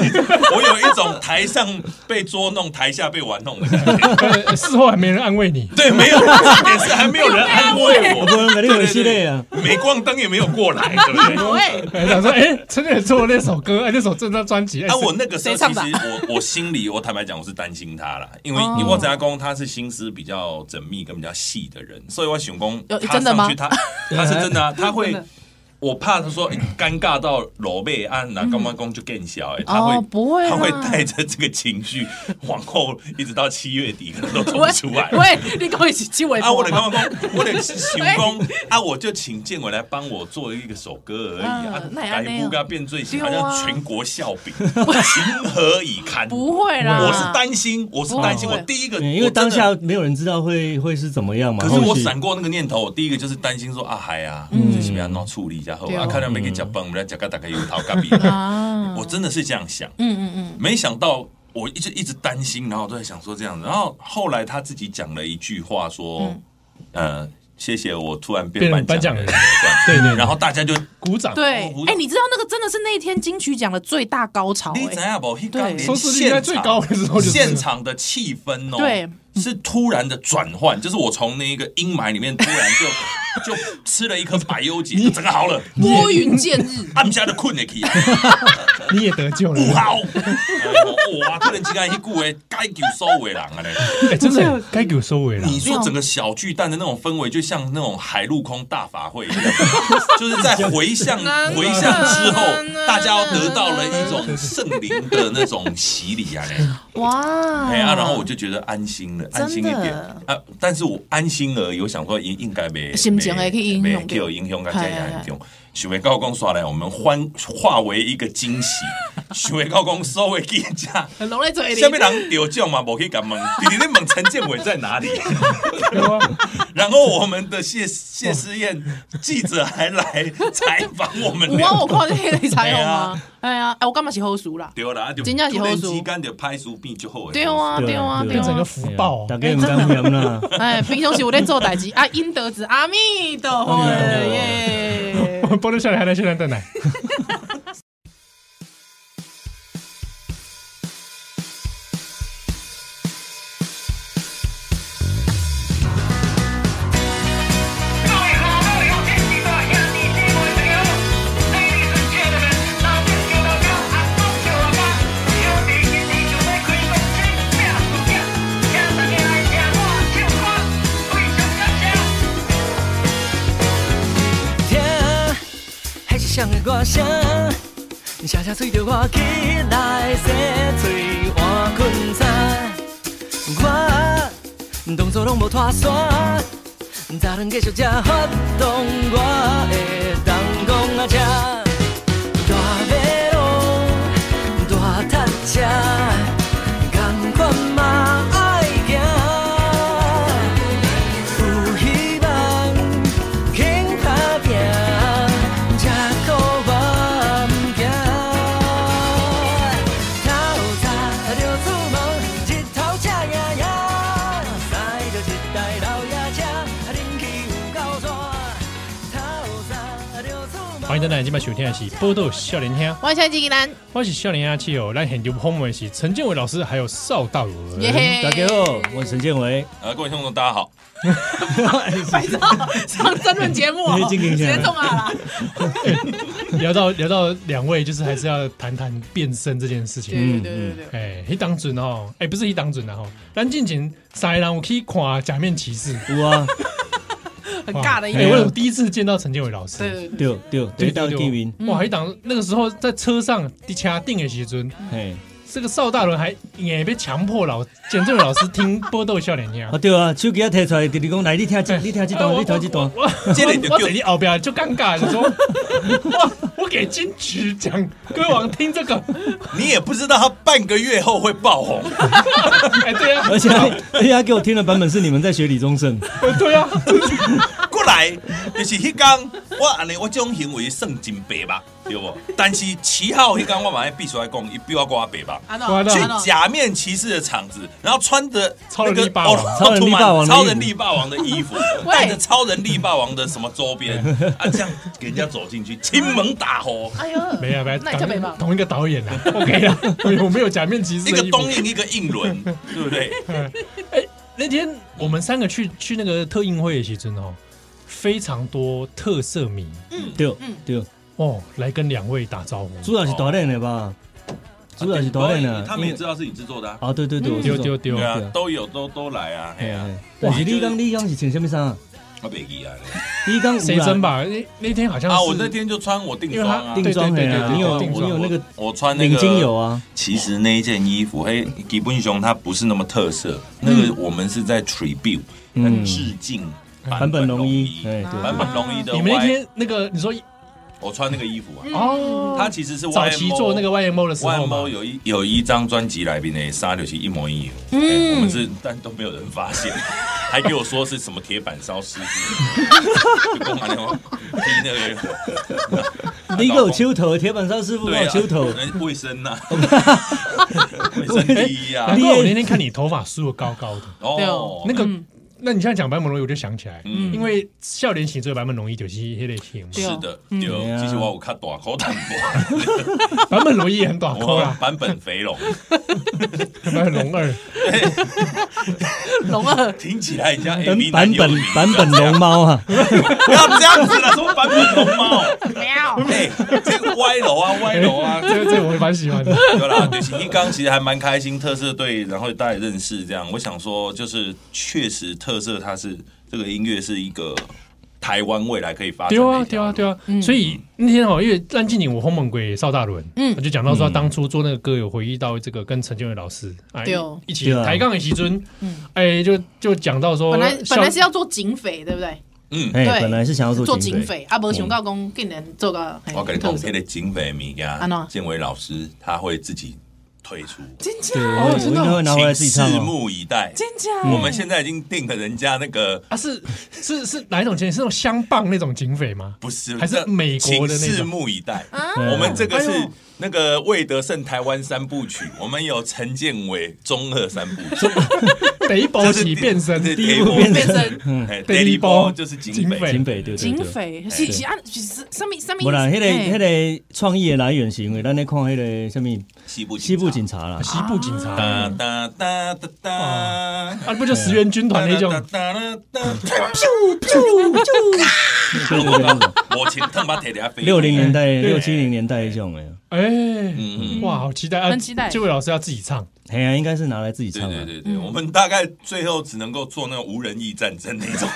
Speaker 6: 我有一种台上被捉弄，台下被玩弄的感觉。
Speaker 4: 呃事后还没人安慰你，
Speaker 6: 对，没有，重点是还没有人 安慰我，
Speaker 7: 我不能把你回去
Speaker 6: 对
Speaker 7: 嘞啊！
Speaker 6: 对对镁光灯也没有过来，对 不对？
Speaker 8: 喂，
Speaker 4: 哎想说哎，陈建伟做了那首歌，哎，那首这张专辑，哎
Speaker 6: 啊，我那个时候
Speaker 8: 谁唱
Speaker 6: 其
Speaker 8: 的啊
Speaker 6: 实我我心里我坦白讲我是担心他啦，因为
Speaker 8: 哦
Speaker 6: 我家公他是心思比较缜密跟比较细的人，所以我想公
Speaker 8: 有
Speaker 6: 他
Speaker 8: 真的
Speaker 6: 上
Speaker 8: 吗
Speaker 6: 去他他是真的啊，他 会
Speaker 8: 真的
Speaker 6: 我怕他说哎尴尬到裸背啊，拿干妈公就更小哎，他
Speaker 8: 哦
Speaker 6: 会
Speaker 8: 不会啦
Speaker 6: 他会带着这个情绪往后一直到七月底 可能都走不
Speaker 8: 喂
Speaker 6: 出来。
Speaker 8: 喂，你跟我一起去微
Speaker 6: 啊，
Speaker 8: 博
Speaker 6: 我的
Speaker 8: 吗？
Speaker 6: 干妈公，我 的行公啊，我就请建伟来帮我做一个首歌而已啊
Speaker 8: 嗯，那也
Speaker 6: 改
Speaker 8: 这样
Speaker 6: 不该变最喜，好
Speaker 8: 对啊
Speaker 6: 像全国笑柄，情何以堪？
Speaker 8: 不会啦，
Speaker 6: 我是担心，我是担心，
Speaker 8: 不
Speaker 6: 我
Speaker 8: 会
Speaker 6: 第一个，
Speaker 7: 因为
Speaker 6: 我真
Speaker 7: 当
Speaker 6: 的
Speaker 7: 下没有人知道会会是怎么样嘛。
Speaker 6: 可是
Speaker 7: 后
Speaker 6: 我
Speaker 7: 续
Speaker 6: 闪过那个念头，我第一个就是担心说啊嗨啊，就是不要闹处理一下后
Speaker 8: 嗯对哦
Speaker 6: 啊，看到没给加崩，我们来加个大概有逃咖 比，
Speaker 8: 啊，
Speaker 6: 我真的是这样想，
Speaker 8: 嗯嗯嗯，
Speaker 6: 没想到我一直一直担心，然后我都在想说这样子，然后后来他自己讲了一句话说，
Speaker 8: 嗯
Speaker 6: 呃，谢谢我突然变
Speaker 4: 变成
Speaker 6: 颁奖
Speaker 4: 颁
Speaker 6: 人，
Speaker 4: 奖
Speaker 6: 这
Speaker 4: 对
Speaker 6: 样
Speaker 4: 对对
Speaker 6: 然后大家就
Speaker 4: 鼓掌，
Speaker 8: 对
Speaker 6: 哦不，
Speaker 8: 哎，你知道那个真的是那一天金曲奖的最大高潮，
Speaker 6: 你怎
Speaker 8: 哎，
Speaker 6: 样不？那
Speaker 8: 对
Speaker 6: 天连
Speaker 4: 收视率应该最高的时候就是
Speaker 6: 现场的气氛哦，
Speaker 8: 对，
Speaker 6: 是突然的转换，就是我从那一个阴霾里面突然 就就吃了一颗百忧解，就整个好了，，
Speaker 8: 拨云见日
Speaker 6: 啊暗下就困了去，
Speaker 4: 你也得救了。
Speaker 6: 不好，哎呦哇！突然之间，迄句诶，该救收尾人啊嘞！
Speaker 4: 哎，真的该给我收
Speaker 8: 嗯
Speaker 4: 尾了。
Speaker 6: 你说整个小巨蛋的那种氛围，就像那种海陆空大法会 一样，就是在回向回向之后，大家得到了一种圣灵的那种洗 礼啊嘞！
Speaker 8: 哇！
Speaker 6: 哎呀、啊，然后我就觉得安心了，安心一点啊。但是我安心而有想说应应该没
Speaker 8: 心情会去影响哎
Speaker 6: 没
Speaker 8: 到
Speaker 6: 没有影响，大家
Speaker 8: 嗨
Speaker 6: 也
Speaker 8: 嗨
Speaker 6: 影响。许维高公刷来，我们欢化为一个惊 喜。许维高公收为给价，
Speaker 8: 很容易嘴里
Speaker 6: 下面人得奖嘛，我可以 敢问，你你问陈建伟在哪里？
Speaker 4: 有啊
Speaker 6: 然后我们的谢谢思燕记者还来采访我们
Speaker 8: 有
Speaker 6: 俩
Speaker 8: 啊，我看那个彩虹啊
Speaker 6: 哎，
Speaker 8: 哎呀，哎，我干嘛是好熟啦？
Speaker 6: 对啦，就
Speaker 8: 真的是
Speaker 6: 突
Speaker 8: 好
Speaker 6: 然
Speaker 8: 事
Speaker 6: 之间就拍书变就好的
Speaker 8: 对啊，对
Speaker 7: 对
Speaker 8: 啊，
Speaker 7: 啊
Speaker 8: 对
Speaker 4: 变成一个
Speaker 8: 啊。
Speaker 4: 福报
Speaker 7: 大
Speaker 4: 哦，
Speaker 7: 概唔敢念啦。
Speaker 8: 哎，平常时我在做代志啊，阴德子阿弥陀佛耶
Speaker 4: 我！们播得下来还在现在在哪？
Speaker 9: 听，还是谁的歌声？恰恰催着我起来洗嘴换困餐。我动作拢无拖沙，早顿继续吃发动我的东公啊吃。大马路，大踏车，同款嘛爱行。有希望。肯打拼，吃苦我唔惊。头早就出门，日头赤呀呀，驶着一台老爷车，人气有够大。头早就出门。
Speaker 4: 欢迎大家今晚收听的是《波豆笑脸听》，
Speaker 8: 万象吉兰，
Speaker 4: 我是笑脸阿七哦友，来很牛朋友们是陈建伟老师，还有邵道文。
Speaker 8: 耶嘿！
Speaker 7: 大家好，我是陈建伟。
Speaker 6: 啊，各位听众大家好，
Speaker 8: 上争论节目哦，
Speaker 7: 你已经领
Speaker 8: 直
Speaker 7: 先了
Speaker 8: 接中马啦！
Speaker 4: 聊到聊到两位，就是还是要谈谈变身这件事情。
Speaker 8: 对对对对对，
Speaker 4: 哎，一当准哦，哎，不是一当准的吼，咱进前三个人有去看假面骑士，
Speaker 7: 有啊，
Speaker 8: 很尬的一
Speaker 4: 哎，我有
Speaker 8: 个。
Speaker 4: 第一次见到陈建伟老师，
Speaker 8: 对嗯对对，
Speaker 7: 对对，对到见面，
Speaker 4: 哇，一档那个时候在车上的掐定的时阵，
Speaker 7: 嘿，
Speaker 4: 这个邵大伦还也被强迫老简正老师听波豆笑脸听
Speaker 7: 啊。对啊，手机啊摕出来，直直讲来，你听这， 你听这段，你听这段。
Speaker 4: 哎我
Speaker 6: 这个就
Speaker 4: 我
Speaker 6: 叫
Speaker 4: 等你后边就尴尬，你说哇，我给金曲奖歌王听这个，
Speaker 6: 你也不知道他半个月后会 爆红，
Speaker 4: 哎，对啊，
Speaker 7: 而且还而且他给我听的版本是你们在学李宗盛，
Speaker 4: 对啊，
Speaker 6: 过来就是迄天，我安尼我这种行为算真白目，对不？但是七号迄天我马上必须来讲，伊比我更白目。
Speaker 8: 安
Speaker 4: 完
Speaker 8: 诺
Speaker 4: 了
Speaker 6: 去
Speaker 8: 安诺，
Speaker 6: 假面骑士的场子，然后穿着
Speaker 4: 啊超
Speaker 6: 那
Speaker 4: 人
Speaker 6: 个
Speaker 4: 力霸王
Speaker 6: 哦
Speaker 7: 超人力霸王的衣服
Speaker 6: 超人力 霸王的衣服，
Speaker 8: 喂
Speaker 6: 带着超人力霸王的什么周 边啊，这样给人家走进去，亲门打 火，
Speaker 8: 哎呦，
Speaker 4: 没有没有，
Speaker 8: 那你特别棒。
Speaker 4: 同一个导演啊，OK 啦，我没有假面骑士
Speaker 6: 一
Speaker 4: 的
Speaker 6: 个
Speaker 4: 衣服
Speaker 6: 东印一个印 轮，对不对？
Speaker 4: 那天我们三个去去那个特映会的时阵哦，非常多特色迷
Speaker 7: 对对，
Speaker 4: 哦来跟两位打招呼，
Speaker 7: 主要是导演的吧，主要是导演的，
Speaker 6: 啊他们也知道是你制作的啊，
Speaker 7: 啊，对对对，我
Speaker 4: 丢丢丢
Speaker 6: 对，啊
Speaker 7: 对啊，
Speaker 6: 都有都都来啊，哎
Speaker 7: 哎
Speaker 6: 呀，
Speaker 7: 呀，但是你讲你讲是穿什么衫啊？
Speaker 6: 我北记啊嘞
Speaker 7: 你刚
Speaker 4: 谁真？吧？那那天好像
Speaker 6: 啊！
Speaker 4: 是
Speaker 6: 我那天就穿我定
Speaker 4: 因为
Speaker 6: 妆
Speaker 4: 他
Speaker 6: 啊，
Speaker 7: 定妆
Speaker 4: 对对对
Speaker 7: 嘿啊
Speaker 4: 对对
Speaker 7: 你有
Speaker 4: 定
Speaker 7: 你
Speaker 4: 妆
Speaker 7: 有那个
Speaker 6: 我穿那个
Speaker 7: 领巾有啊，
Speaker 6: 其实那一件衣
Speaker 4: 嗯
Speaker 6: 服，哎，吉本熊它不是那么特色，那个我们是在 tribute，很
Speaker 4: 嗯
Speaker 6: 致敬
Speaker 7: 版本龙一
Speaker 6: 一，，
Speaker 7: 哎，对，
Speaker 6: 版本龙一的
Speaker 4: 你们那
Speaker 6: Y，
Speaker 4: 天那个你说
Speaker 6: 我穿那个衣服啊，
Speaker 4: 哦，
Speaker 7: 嗯
Speaker 6: 它其实是
Speaker 4: 早期
Speaker 6: YMO
Speaker 4: 做那个 YMO 的时候嘛
Speaker 6: YMO 有一有一张专辑来宾的沙柳奇一模一样，嗯，我们是但都没有人发 现，还给我说是什么铁板烧师傅， 就跟我打电话逼那个
Speaker 7: 你有秋头，铁板烧师傅
Speaker 6: 对
Speaker 7: 有
Speaker 6: 啊，
Speaker 7: 秋头，
Speaker 6: 人卫 生呐，卫生第一啊
Speaker 4: 难，怪我那天看你头发梳的高高的，
Speaker 6: 哦，
Speaker 4: 啊那个。
Speaker 7: 嗯
Speaker 4: 那你现在讲版本龙一，我就想起来，
Speaker 6: 嗯
Speaker 4: 因为笑脸型这个版本龙一就是黑类型嘛，
Speaker 8: 对
Speaker 6: 是的，有
Speaker 7: 嗯
Speaker 6: 其实我有看大口淡薄，
Speaker 4: 版本龙一也很短裤
Speaker 6: 我
Speaker 7: 啊
Speaker 4: 啦，
Speaker 6: 版本肥龙，啊
Speaker 4: 版本龙二，
Speaker 8: 龙二
Speaker 6: 听起来很 像 A
Speaker 7: 版
Speaker 6: B
Speaker 7: 版本版本龙猫啊，
Speaker 6: 不要这样子了，什么版本龙猫？哎，这个歪楼啊，歪楼啊，
Speaker 4: 这个这个我会蛮喜欢的。
Speaker 6: 对啦，对，新一刚其实还蛮开心，特色队，然后大家也认识这样。我想说，就是确实特色，它是这个音乐是一个台湾未来可以发展
Speaker 4: 对
Speaker 6: 的
Speaker 4: 啊，
Speaker 6: 一
Speaker 4: 对
Speaker 6: 条
Speaker 4: 啊，
Speaker 6: 路。
Speaker 4: 对啊。所以那天哦，因为蓝静颖，我轰猛鬼邵大伦，嗯，就讲到说他当初做那个歌，有回忆到这个跟陈建伟老师啊
Speaker 8: 对哦
Speaker 4: 一起
Speaker 7: 对啊
Speaker 4: 抬杠一起尊，哎，就就讲到说，
Speaker 8: 本来
Speaker 4: 笑
Speaker 8: 本来是要做警匪，对不对？
Speaker 7: 哎，
Speaker 8: 对
Speaker 7: 本来是想要
Speaker 8: 做
Speaker 7: 做
Speaker 8: 警
Speaker 7: 警匪，
Speaker 8: 匪，啊，无想到讲竟然做个嘿
Speaker 6: 我跟你
Speaker 8: 特
Speaker 6: 讲，
Speaker 8: 色
Speaker 6: 现在警匪米
Speaker 8: 安
Speaker 6: 呀
Speaker 8: 怎，
Speaker 6: 建伟老师他会自己退出，
Speaker 8: 哦真
Speaker 7: 对，
Speaker 8: 假
Speaker 7: 我应该会拿回来自己
Speaker 6: 请
Speaker 7: 唱
Speaker 6: 拭
Speaker 7: 哦。
Speaker 6: 目以待。
Speaker 8: 真
Speaker 4: 嗯
Speaker 8: 假，
Speaker 6: 我们现在已经定了人家那个
Speaker 4: 啊，是是是哪一种警匪？是那种香棒那种警匪吗？
Speaker 6: 不是，
Speaker 4: 还是
Speaker 6: 这
Speaker 4: 美国的那
Speaker 6: 请
Speaker 4: 种
Speaker 6: 拭目以待。
Speaker 7: 嗯
Speaker 6: 我们这个是
Speaker 4: 啊哎呦
Speaker 6: 那个魏德胜台湾三部曲，我们有陈建伟中二三部曲，
Speaker 4: 北
Speaker 6: 这
Speaker 4: 保
Speaker 6: 是
Speaker 4: 起变身，
Speaker 6: 这是
Speaker 7: 第一部
Speaker 6: Daybo
Speaker 7: 变
Speaker 8: 变身
Speaker 7: 嗯
Speaker 6: 哎
Speaker 4: Daily
Speaker 6: ，Daily
Speaker 4: Ball
Speaker 6: Ball 就是警
Speaker 4: 警
Speaker 6: 匪
Speaker 4: 匪。
Speaker 7: 警匪对对
Speaker 8: 警
Speaker 7: 对。
Speaker 8: 匪哎是是按是上面上面
Speaker 7: 无啦，迄个
Speaker 8: 嘿
Speaker 7: 迄个创意的来源是因为咱咧看迄个什物
Speaker 6: 西部
Speaker 7: 西部警
Speaker 6: 警察，
Speaker 7: 察啦，
Speaker 4: 西部警察啊，
Speaker 6: 哒哒哒哒哒，
Speaker 4: 不就十元军团那种？
Speaker 6: 哒哒哒哒，
Speaker 7: 对对对对，
Speaker 6: 我请他把铁条飞
Speaker 7: 六零年代、六七零年代迄种诶，
Speaker 4: 哎，
Speaker 6: 嗯嗯
Speaker 4: 哇，好期待啊！
Speaker 8: 很期待
Speaker 4: 这位老师要自己唱，
Speaker 7: 嘿啊，应该是拿来自己
Speaker 6: 对
Speaker 7: 唱
Speaker 6: 对
Speaker 7: 的。
Speaker 6: 对对，我们大概最后只能够做那个无人义战争那种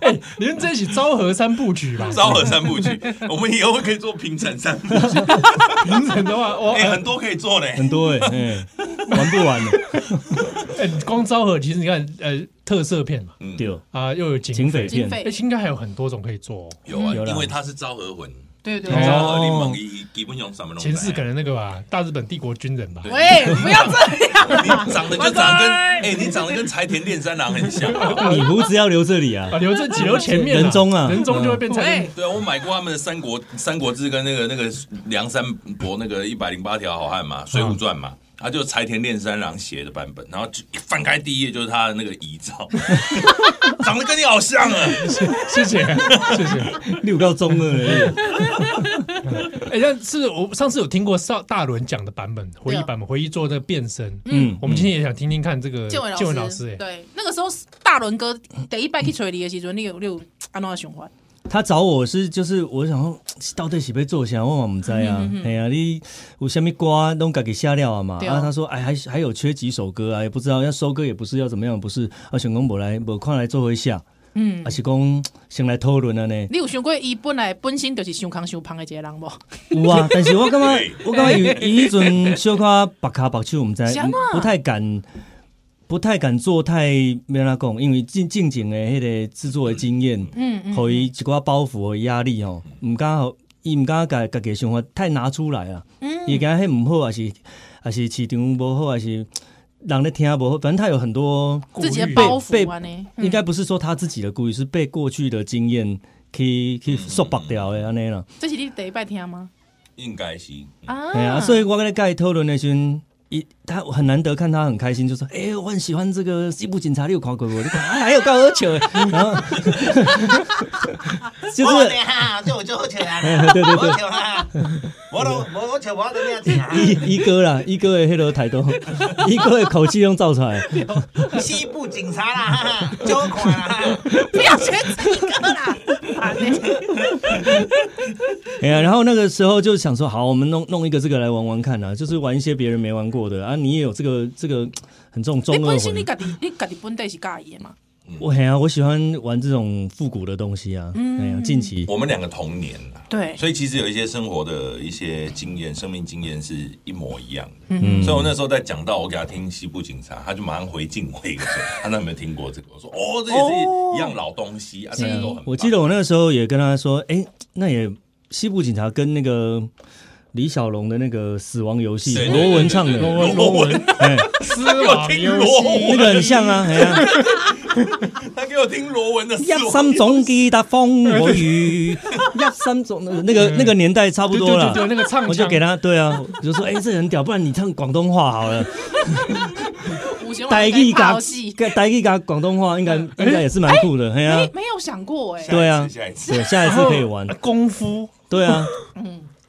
Speaker 4: 哎，连在一起昭和三部曲吧，
Speaker 6: 昭和三部曲，我们以后可以做平成三部曲，
Speaker 4: 平成的话，哇，
Speaker 6: 哎，
Speaker 4: 呃
Speaker 6: 很多可以做嘞。
Speaker 7: 哦很多诶， 嘿玩不完的，
Speaker 4: 哎，光昭和其实你看，呃，特色片嘛，
Speaker 6: 嗯
Speaker 7: 对，
Speaker 4: 啊，又有警
Speaker 7: 警
Speaker 4: 匪
Speaker 7: 匪，
Speaker 8: 警，
Speaker 7: 片
Speaker 8: 匪
Speaker 4: 哎，应该还有很多种可以做哦。
Speaker 6: 有啊，
Speaker 7: 嗯有啦
Speaker 6: 因为他是昭和魂，
Speaker 8: 对对
Speaker 4: 哦
Speaker 8: 对，
Speaker 6: 昭和联盟一基本上
Speaker 8: 哦
Speaker 6: 什么东西
Speaker 4: 前世可能那个吧，大日本帝国军人吧，
Speaker 8: 喂，不要这样啦，
Speaker 6: 你长得就长得跟哎，你长得跟柴田炼三郎很 像。
Speaker 7: 你胡子要留这里啊
Speaker 4: 啊，，留 这几留前面啊
Speaker 7: 人中啊
Speaker 4: 人中就会变成
Speaker 8: 喂，
Speaker 6: 对啊，我买过他们的《三国》《三国志》跟那个那个梁山伯那个一百零八条好汉嘛，
Speaker 7: 嗯
Speaker 6: 《水浒传》嘛，他就柴田炼三郎写的版本，然后就一翻开第一页就是他的那个遗 照，长得跟你好像啊！
Speaker 4: 谢谢谢谢。
Speaker 7: 你有够中二的，
Speaker 4: 哎，但是我上次有听过邵大伦讲的版本，回忆
Speaker 8: 对啊
Speaker 4: 版本，回忆做那个变身。
Speaker 7: 嗯，
Speaker 4: 我们今天也想听听看这个
Speaker 8: 建伟
Speaker 4: 建伟
Speaker 8: 老
Speaker 4: 老
Speaker 8: 师
Speaker 4: 师，哎，
Speaker 8: 对，那个时候大伦哥第一摆去找你的时阵，你有你有安怎想法？
Speaker 7: 他找我是就是我想说到底是要做啥，我嘛唔知
Speaker 8: 嗯
Speaker 7: 啊。哎呀、你有虾米歌拢家己写了啊嘛。
Speaker 8: 对哦
Speaker 7: 啊，他说哎还还有缺几首歌啊，也不知道要收歌也不是要怎么样，不是啊，想讲无来无看来做一下，啊
Speaker 8: 嗯
Speaker 7: 还，是讲先来讨论啊呢。
Speaker 8: 你有想过伊本来本身就是胸康胸胖的一个人无？
Speaker 7: 有啊，但是我感觉我感觉有伊迄阵小可白卡白手，唔知
Speaker 8: 是安怎
Speaker 7: 不太敢。不太敢做太没啦讲，因为进进前的迄个制作的经验，
Speaker 8: 嗯嗯，
Speaker 7: 互伊一寡包袱和压力吼，毋敢互伊毋敢家家己的想法太拿出来啊，伊惊迄毋好，还是还是市场无好，还是人咧听无好，反正他有很多，
Speaker 8: 自己的
Speaker 4: 顾虑
Speaker 8: 包
Speaker 7: 被
Speaker 8: 袱啊呢？
Speaker 7: 应该不是说他自己的顾虑，是被过去的经验去去束缚掉的安尼啦。
Speaker 8: 这是你第一摆听吗？
Speaker 6: 应该是
Speaker 8: 啊，
Speaker 7: 哎啊，所以我跟他伊讨论那阵。一他我很难得看他很开心，就说：“哎、我很喜欢这个西部警察六考鬼鬼，你看、哎还有高尔球。” 然后就是
Speaker 9: 啊，这我就会 啊，
Speaker 7: 对对对，
Speaker 9: 我都我我我都要听啊。
Speaker 7: 一一哥啦，一哥的迄落态度，一哥的口气用造出来，
Speaker 9: 西部警察啦，哈哈，就款啦，
Speaker 8: 不要学这个啦，啊对
Speaker 7: 哎呀、然后那个时候就想说，好，我们弄弄一个这个来玩玩看啊，就是玩一些别人没玩过的啊，你也有这个这个很这种中
Speaker 8: 你
Speaker 7: 二
Speaker 8: 本身你
Speaker 7: 魂，
Speaker 8: 家己你家己本地是介意的嘛？
Speaker 7: 我很啊，我喜欢玩这种复古的东西啊。哎呀，近期
Speaker 6: 我们两个同年啦，
Speaker 8: 对，
Speaker 6: 所以其实有一些生活的一些经验、生命经验是一模一样的。
Speaker 7: 嗯
Speaker 6: 所以我那时候在讲到我给他听《西部警察》，他就马上回敬我一个说：“他那有没有听过这个？”我说：“哦，这也是一样老东西啊，这个都很棒。”
Speaker 7: 我记得我那个时候也跟他说，哎、那也西部警察跟那个李小龙的那个死亡游戏，
Speaker 6: 对对对
Speaker 7: 罗文唱的，
Speaker 6: 对对对
Speaker 7: 罗
Speaker 6: 罗文，
Speaker 7: 哎，
Speaker 4: 丝
Speaker 6: 他给我
Speaker 4: 网
Speaker 6: 听
Speaker 4: 游
Speaker 6: 罗
Speaker 4: 戏，
Speaker 7: 那个很像啊，哎呀，
Speaker 6: 他给我听罗文的《
Speaker 7: 一三总记得风 和雨，一三总那个那个年代差不
Speaker 4: 对
Speaker 7: 多
Speaker 4: 对
Speaker 7: 了
Speaker 4: 嗯对，对，那个唱
Speaker 7: 我就
Speaker 4: 腔
Speaker 7: 给他，对啊，我就说，哎、这很屌，不然你唱广东话 好了，
Speaker 8: 五千
Speaker 7: 台
Speaker 8: 万
Speaker 7: 语
Speaker 8: 炮
Speaker 7: 加
Speaker 8: 戏，
Speaker 7: 台语加广东话应
Speaker 4: 嗯
Speaker 7: 该应该也是蛮酷的，哎呀、
Speaker 8: 没没有想过哎，
Speaker 7: 对啊，
Speaker 6: 下一次，
Speaker 7: 对，下一次可以玩，
Speaker 4: 啊功夫，
Speaker 7: 对啊。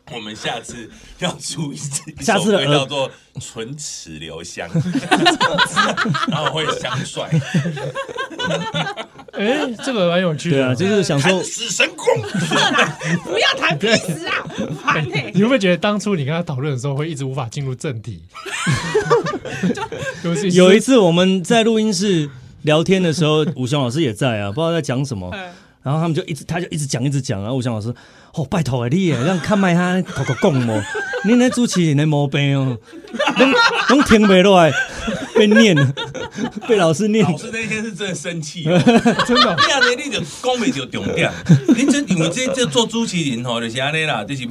Speaker 6: 我们下次要出一次，
Speaker 7: 下次的呃
Speaker 6: 一首歌叫做《唇齿留 香》， 然后会香帅，
Speaker 4: 哎，这个蛮有趣
Speaker 7: 对啊，
Speaker 4: 的，
Speaker 7: 就是想说
Speaker 6: 砍，死神功。
Speaker 5: 不要谈屁事啊，很烦欸
Speaker 4: 你会不会觉得当初你跟他讨论的时候，会一直无法进入正题？有一
Speaker 7: 有一次我们在录音室聊天的时候，武雄老师也在 啊，不知道在讲什么。然后他们就一直，他就一直讲，一直讲。然后武雄老师，哦，拜托啊，你也让看麦他口口讲哦，你那主持人的毛病哦，拢拢停不落来，被念，被老师念。
Speaker 6: 老师那天是真的生气、 哦，真 的。你安尼你就讲袂着重点， 你这因为这这做主持人吼、就是安尼啦，就是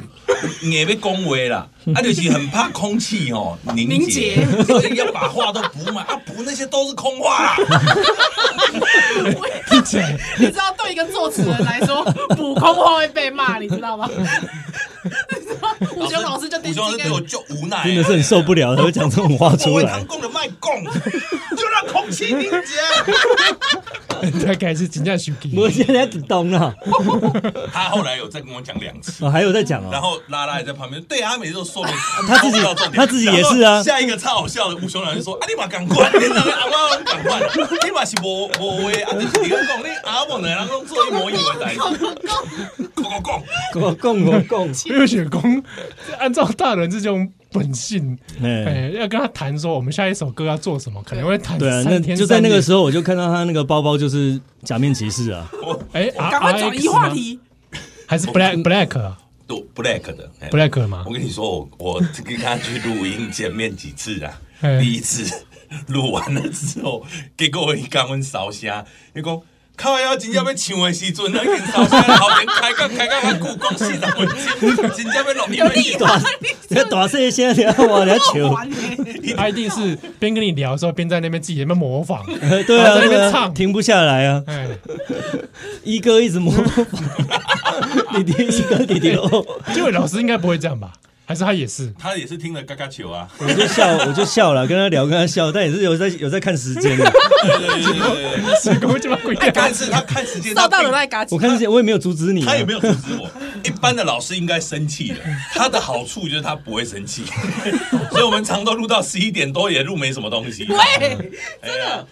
Speaker 6: 硬要讲话啦，啊，就是很怕空气吼、凝
Speaker 8: 凝
Speaker 6: 结
Speaker 8: 结，
Speaker 6: 所以要把话都补满，啊，补那些都是空话啦。
Speaker 8: 你知道对一个作词人来 说，补空话会被骂，你知道吗？你知道吴雄老师就
Speaker 6: 吴
Speaker 8: 定
Speaker 6: 雄老师
Speaker 8: 睛
Speaker 6: 对我就无奈，
Speaker 7: 真的是很受不了，他会讲这种话
Speaker 6: 我
Speaker 7: 出
Speaker 6: 为
Speaker 7: 来
Speaker 6: 堂。供的卖供，就让空气凝结。
Speaker 4: 大概是真正生气，
Speaker 7: 我现在只懂了，
Speaker 6: 他啊后来有再跟我讲两次。
Speaker 7: 哦还有在讲
Speaker 6: 然
Speaker 7: 哦，
Speaker 6: 后拉拉也在旁边，对啊，他每次都说明，
Speaker 7: 他自己
Speaker 6: 说不到重点
Speaker 7: 他自己也是啊
Speaker 6: 然后下一个超好笑的，吴雄老师说：“啊，你嘛赶快，你哪个阿妈赶快， 你嘛是无无话，啊，就是你讲你阿某两人拢做一模一样的代志， 讲讲
Speaker 7: 我供我供，
Speaker 4: 因为雪公按照大人这种本性，
Speaker 7: 哎。
Speaker 4: 哎，要跟他谈说我们下一首歌要做什么，可能会谈
Speaker 7: 对啊，那
Speaker 4: 三天。
Speaker 7: 就在那个时
Speaker 4: 候，
Speaker 7: 候，我就看到他那个包包就是假面骑士啊，
Speaker 4: 哎，
Speaker 8: 赶快转移话，题，
Speaker 4: 还是 Black Black 啊
Speaker 6: 都 black 的嘿
Speaker 4: Black 吗
Speaker 6: 我？跟你说，我我跟他去录音见面几次啊
Speaker 4: 嘿，
Speaker 6: 第一次录完了之后，结果伊讲阮烧声，伊讲。靠腰真正要唱的时阵，那跟烧声后面开讲开讲，我故宫四十分钟，真正要录 音要
Speaker 8: 厉
Speaker 7: 大
Speaker 8: 害，
Speaker 7: 你大声一些，你要我你要
Speaker 8: 好
Speaker 7: 求，
Speaker 8: 玩欸
Speaker 4: 他一定是边跟你聊的时候，边在那边自己在那边模 仿，
Speaker 7: 对
Speaker 4: 然
Speaker 7: 啊，
Speaker 4: 后在那
Speaker 7: 对
Speaker 4: 边
Speaker 7: 啊，
Speaker 4: 唱。
Speaker 7: 停不下来啊，
Speaker 4: 哎，
Speaker 7: 一哥一直模仿， 弟弟一哥弟弟哦，
Speaker 4: 这位老师应该不会这样吧？还是他也 是？
Speaker 6: 他也是听了嘎嘎球啊，
Speaker 7: 我就笑我就笑了，跟他聊跟他笑，但也是有在有在看时间的，
Speaker 6: 对对对对对对。
Speaker 4: 这个会这么鬼
Speaker 8: 哎
Speaker 4: 掉？
Speaker 6: 但是他看时间，
Speaker 8: 到
Speaker 6: 他
Speaker 8: 大人
Speaker 6: 并
Speaker 8: 来嘎叽
Speaker 7: 哎我看时间我也没有阻止你啊，
Speaker 6: 他也没有阻止我。一般的老师应该生气的，他的好处就是他不会生气， 所以我们常都录到十一点多，也录没什么东西。哎
Speaker 8: 喂，
Speaker 6: 真的。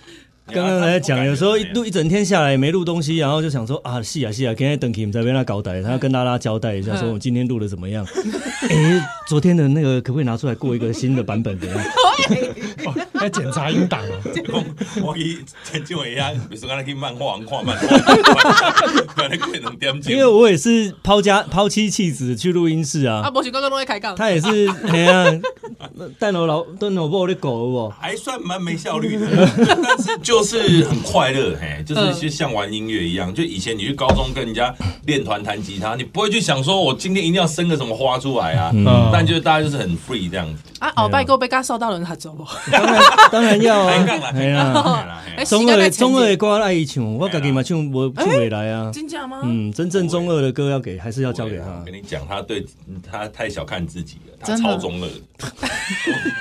Speaker 7: 刚刚在讲，有时候一录一整天下来也没录东西，然后就想说啊，是啊是啊，今天等 Kim 在跟他搞歹，他要跟拉拉交代一下，说我今天录的怎么样？哎，昨天的那个可不可以拿出来过一个新的版本给他？
Speaker 4: 要检查音档啊！
Speaker 6: 我去 陈俊伟啊，比如说刚才去漫画 王看漫画，本来可以能点
Speaker 7: 因为我也是抛家抛妻弃子去录音室
Speaker 8: 啊，
Speaker 7: 啊，
Speaker 8: 博学哥哥都会开杠，
Speaker 7: 他也是哎呀，蛋头老蛋头抱的狗哦，
Speaker 6: 还算蛮没效率 的，但是就是很快乐，嘿，
Speaker 7: 嗯
Speaker 6: 就是就像玩音乐一样。就以前你去高中跟人家练团弹吉他，你不会去想说我今天一定要生个什么花出来啊，
Speaker 7: 嗯
Speaker 6: 但就是大家就是很 free 这样子。
Speaker 8: 啊，鳌
Speaker 7: 哎
Speaker 8: 拜哥被嘎受到人合作不？
Speaker 7: 当然 当然要
Speaker 6: 开杠
Speaker 7: 啊
Speaker 6: 啦，开杠
Speaker 7: 哎
Speaker 6: 啊
Speaker 7: 呀，
Speaker 6: 啦啦嘿
Speaker 8: 哎
Speaker 7: 中
Speaker 8: 时间
Speaker 7: 二
Speaker 8: 在前进
Speaker 7: 中二的歌爱唱，我自己嘛唱我唱不来啊，
Speaker 8: 真假吗？
Speaker 7: 嗯，真正中二的歌要给还是要交给
Speaker 6: 我
Speaker 7: 他
Speaker 6: 跟。你讲，他对他太小看自己了，他
Speaker 8: 真的
Speaker 6: 超中二的。
Speaker 7: 啊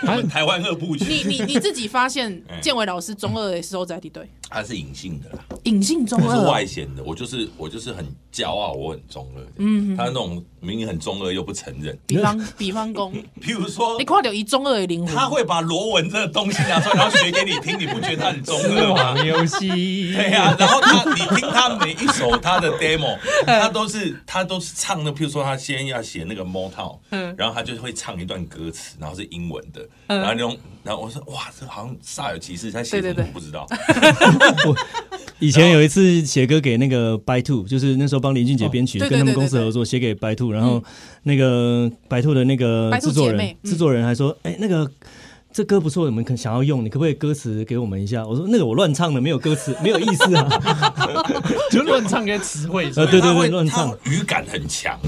Speaker 6: 我们台湾二部
Speaker 8: 你
Speaker 6: 曲，
Speaker 8: 你你自己发现
Speaker 6: 哎
Speaker 8: 建伟老师中二的时候在地对
Speaker 6: 他是隐性的啦，
Speaker 8: 隐性中
Speaker 6: 我是
Speaker 8: 二
Speaker 6: 外显的。我就是我就是很骄傲，我很中二。嗯，他那种明明很中二又不承认，
Speaker 8: 比方 比 方公，
Speaker 6: 譬如说
Speaker 8: 你。看到一中二的灵魂，
Speaker 6: 他会把罗文这个东西拿出来，然后学给你听，你不觉得他很中 二吗？
Speaker 4: 网游戏，
Speaker 6: 对呀、然后他，你听他每一首他的 demo，他都是他都是唱的，譬如说他先要写那个 Motown，
Speaker 8: 嗯
Speaker 6: 然后他就会唱一段歌词，然后是英文的，然后那种，然后我说哇，这好像煞有其事，他写什
Speaker 8: 对
Speaker 6: 么
Speaker 8: 对对
Speaker 6: 我不知道，
Speaker 7: 以前有一次写歌给那个白兔，就是那时候帮林俊杰编曲，
Speaker 8: 哦对对
Speaker 7: 跟他们
Speaker 8: 对对
Speaker 7: 公司
Speaker 8: 对
Speaker 7: 合作写给白兔，然后那个白兔的那个
Speaker 8: 白兔
Speaker 7: 制作
Speaker 8: 姐
Speaker 7: 人
Speaker 8: 妹，嗯
Speaker 7: 制作人还说，哎，那个。这歌不错，我们可想要用，你可不可以歌词给我们一下？我说那个我乱唱的，没有歌词，没有意思啊。
Speaker 4: 就乱唱跟词汇是
Speaker 7: 呃，
Speaker 4: 吧，
Speaker 7: 对对
Speaker 6: 他
Speaker 7: 对，
Speaker 6: 会
Speaker 7: 乱唱
Speaker 6: 他。语感很强，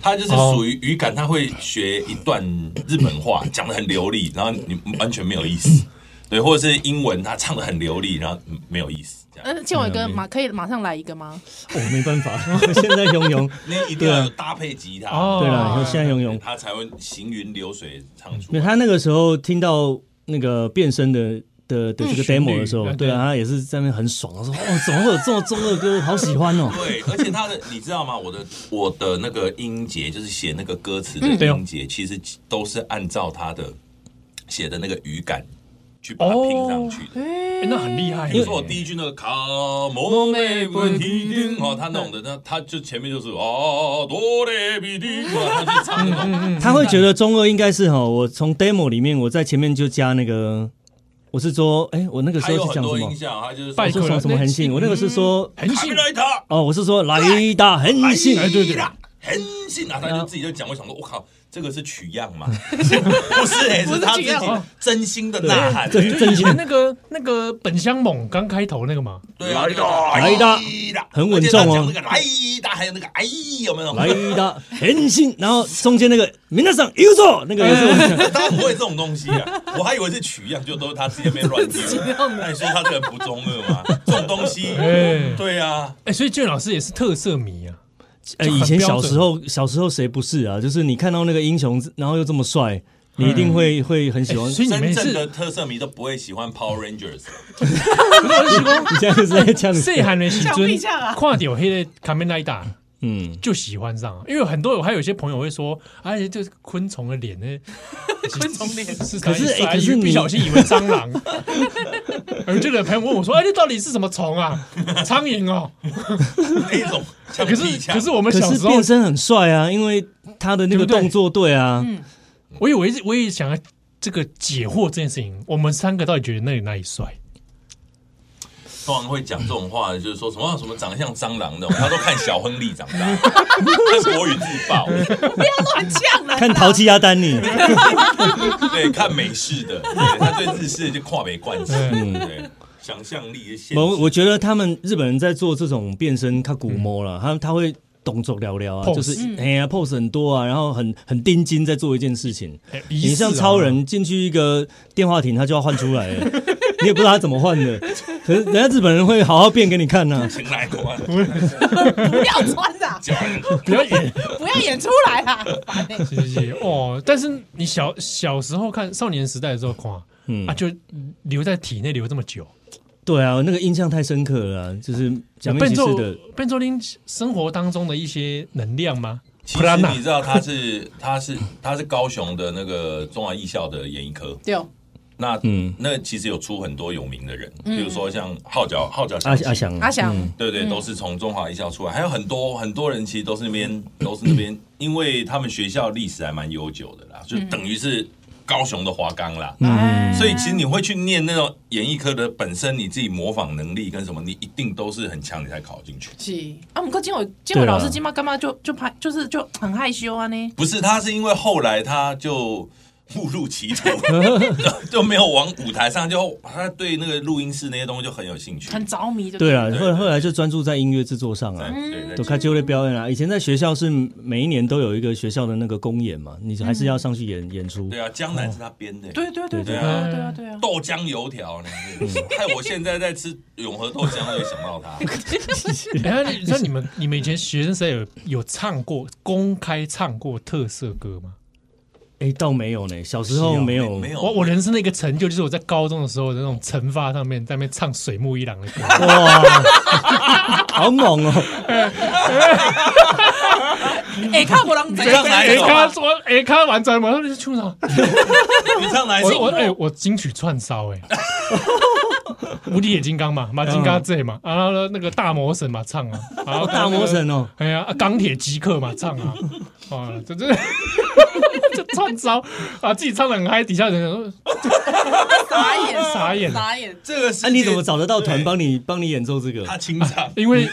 Speaker 6: 他就是
Speaker 4: 哦
Speaker 6: 属于语感，他会学一段日本话，讲的很流利，然后你完全没有意思。对，或者是英文，他唱的很流利，然后嗯没有意思，这样。
Speaker 8: 嗯，建伟哥马可以马上来一个吗？
Speaker 7: 我、哦没办法， 现在拥有。
Speaker 6: 那一定要有搭配吉他，
Speaker 4: 啊哦
Speaker 7: 对了，然后现在拥有。
Speaker 6: 他才会行云流水唱出
Speaker 7: 没
Speaker 6: 来。
Speaker 7: 有，他那个时候听到那个变声的的的这个
Speaker 4: 旋律
Speaker 7: demo 的时候，
Speaker 4: 对
Speaker 7: 对啊，他也是在那边很爽，他说：“哦，怎么会有这么中二歌？好喜欢哦
Speaker 6: 对，而且他的，你知道吗？我的我的那个音节，就是写那个歌词的
Speaker 4: 对哦
Speaker 6: 音节，其实都是按照他的写的那个语感去把它拼上去的。
Speaker 4: 哎那很厉害耶，
Speaker 6: 比如说我第一句那个卡莫梅不提
Speaker 4: 嗯
Speaker 6: 丁哦，他那种的，那他就前面就是哦哆来咪丁哦，他就唱
Speaker 4: 嗯
Speaker 6: 那种。！”
Speaker 7: 他会觉得中二应该是哈，哦我从 demo 里面，我在前面就加那个，我是说，哎，我那个时
Speaker 6: 他
Speaker 7: 候
Speaker 6: 有
Speaker 7: 是
Speaker 6: 很
Speaker 7: 讲
Speaker 6: 多
Speaker 7: 什
Speaker 6: 音
Speaker 7: 么？
Speaker 6: 效，他就是
Speaker 4: 拜
Speaker 7: 我
Speaker 6: 说
Speaker 7: 是说什么横性？我那个是说，
Speaker 4: 很
Speaker 6: 卡米
Speaker 4: 性
Speaker 6: 莱塔，
Speaker 7: 哦，我是说来大横性，哎，对对，
Speaker 6: 很性啊，他就自己就讲，我想说，我靠，这个是取样嘛？不是哎，是他自己真心的呐喊，
Speaker 7: 真真
Speaker 4: 以
Speaker 7: 心
Speaker 4: 前哎那个那个本乡猛刚开头那个嘛，
Speaker 6: 对啊，来
Speaker 7: 的很稳重哦
Speaker 6: 那个来的，还有那个哎，有没有？
Speaker 7: 来大横性，然后中间那个明大上右座那个也是我讲。
Speaker 6: 他不会这种东西啊！我还以为是取样，就都是他自己在那边乱丢。那你说他这个人不中二吗？这种东西，
Speaker 4: 哎
Speaker 6: 对啊，
Speaker 4: 哎，所以俊老师也是特色迷啊，
Speaker 7: 哎，
Speaker 4: 就很
Speaker 7: 以前
Speaker 4: 标
Speaker 7: 小
Speaker 4: 准
Speaker 7: 时候，小时候谁不是啊？就是你看到那个英雄，然后又这么帅，你一定会会很喜欢。
Speaker 4: 嗯啊哎所以你
Speaker 6: 真
Speaker 4: 们
Speaker 6: 正
Speaker 4: 是
Speaker 6: 的特色迷都不会喜欢 Power Rangers。
Speaker 7: 你现在就是在呛
Speaker 4: 这
Speaker 7: 谁？
Speaker 4: 韩的时
Speaker 5: 像不
Speaker 4: 尊
Speaker 5: 像啊
Speaker 4: 跨掉黑的卡梅莱达。
Speaker 7: 嗯，
Speaker 4: 就喜欢上啊，因为很多有还有一些朋友会说，哎，这昆虫的 脸呢，
Speaker 5: 昆虫脸
Speaker 4: 是
Speaker 7: 可是
Speaker 4: 哎，
Speaker 7: 哎可是
Speaker 4: 不
Speaker 7: 你
Speaker 4: 小心以为蟑 螂，而就有朋友问我说，哎，这到底是什么虫啊？苍蝇哦。
Speaker 6: 那种像
Speaker 4: 可
Speaker 6: 屁
Speaker 4: 是
Speaker 6: 枪，
Speaker 4: 可是我们
Speaker 7: 可
Speaker 4: 小
Speaker 7: 是
Speaker 4: 时候
Speaker 7: 变，身很帅啊，因为他的那个动作对啊，
Speaker 4: 我以为是我也想要这个解惑这件事情，我们三个到底觉得那里哪里帅？
Speaker 6: 通常会讲这种话，就是说什么啊什么长得像蟑螂那种，他都看小亨利长大，他是国语自爆，
Speaker 5: 乱呛了。
Speaker 7: 看淘气阿丹尼，
Speaker 6: 对，看美式的，对他对日式的就跨美冠式，对，想象力的限
Speaker 7: 我
Speaker 6: 制。
Speaker 7: 我觉得他们日本人在做这种变身，他古摸了，他他会动作寥寥啊，
Speaker 4: 嗯 Pose
Speaker 7: 就是哎呀 pose 很多啊，然后很很盯紧在做一件事情。
Speaker 4: 哎仪
Speaker 7: 你
Speaker 4: 式啊
Speaker 7: 像超人进去一个电话亭，他就要换出来了， 你也不知道他怎么换的，可是人家日本人会好好变给你看啊呢。
Speaker 6: 请来 过，
Speaker 5: 不要穿啊
Speaker 8: 啊
Speaker 5: 啦，
Speaker 6: 叫人
Speaker 4: 不要 演，
Speaker 5: 不要演出来啦， 烦欸
Speaker 4: 谢谢哦。但是你小小时候看少年时代的时候看，
Speaker 7: 嗯
Speaker 4: 啊，就留在体内留这么久。
Speaker 7: 对啊，那个印象太深刻了啊，就是假面
Speaker 4: 笨
Speaker 7: 骑
Speaker 4: 拙
Speaker 7: 士的。
Speaker 4: 笨拙林生活当中的一些能量吗？
Speaker 6: 其实你知道他是他是他是高雄的那个中华艺校的演艺科，
Speaker 8: 对哦，
Speaker 6: 那
Speaker 7: 嗯
Speaker 6: 那其实有出很多有名的人，比如说像号角号角
Speaker 7: 阿
Speaker 6: 响起
Speaker 7: 阿翔，
Speaker 8: 阿翔
Speaker 7: 嗯
Speaker 6: 对对，都是从中华艺校出来，还有很多很多人其实都是那边都是那边，因为他们学校历史还蛮悠久的啦，就等于是高雄的华冈啦。
Speaker 8: 哎
Speaker 7: 嗯
Speaker 6: 所以其实你会去念那种演艺科的，本身你自己模仿能力跟什么，你一定都是很强，你才考进去。
Speaker 8: 是啊，我们跟建伟建伟
Speaker 7: 对啊
Speaker 8: 老师今嘛干嘛就就拍就是就很害羞啊呢？
Speaker 6: 不是，他是因为后来他就误入歧途，就没有往舞台上，就他对那个录音室那些东西就很有兴趣。
Speaker 8: 很着迷的，
Speaker 7: 对啊，
Speaker 6: 对
Speaker 7: 后来后来就专注在音乐制作上
Speaker 6: 对
Speaker 7: 啊，
Speaker 6: 哎
Speaker 8: 嗯
Speaker 6: 对
Speaker 7: 都
Speaker 6: 对，
Speaker 7: 开就会表演啊。以前在学校是每一年都有一个学校的那个公演嘛，你还是要上去演演出
Speaker 6: 对。啊，江南是他编的。
Speaker 8: 对对对对
Speaker 6: 对
Speaker 8: 啊
Speaker 6: 啊
Speaker 8: 对啊对啊，
Speaker 6: 豆浆油条呢？
Speaker 7: 嗯
Speaker 6: 害我现在在吃永和豆浆，我也想到 他。
Speaker 4: 哎，你像你们你们以前学生时代有有唱过公开唱过特色歌吗？
Speaker 7: 哎，倒没有呢，小时候没有
Speaker 6: 啊没。有，
Speaker 4: 我我人生的一个成就就是我在高中的时候的那种惩罚上面，在那边唱水木一郎的歌，
Speaker 7: 哇， 好猛哦！
Speaker 5: 哎，看不人
Speaker 6: 你唱哪一首
Speaker 4: 哎
Speaker 6: 啊？
Speaker 4: 他说哎他完全马上就是出场，
Speaker 6: 你唱哪一
Speaker 4: 我我
Speaker 6: 首？
Speaker 4: 哎我金曲串烧哎。 无敌铁金刚嘛，马金刚 Z 嘛，然后那个大魔神嘛唱啊，然后
Speaker 7: 嗯大魔神哦，
Speaker 4: 哎呀，啊钢铁极客嘛，唱啊， 啊，这这这串烧啊，自己唱的很嗨，底下人想说
Speaker 5: 傻 眼，
Speaker 4: 傻眼
Speaker 5: 傻 眼，
Speaker 6: 这个是
Speaker 7: 啊，你怎么找得到团帮你帮你演奏这个？
Speaker 6: 他清 唱？
Speaker 4: 因为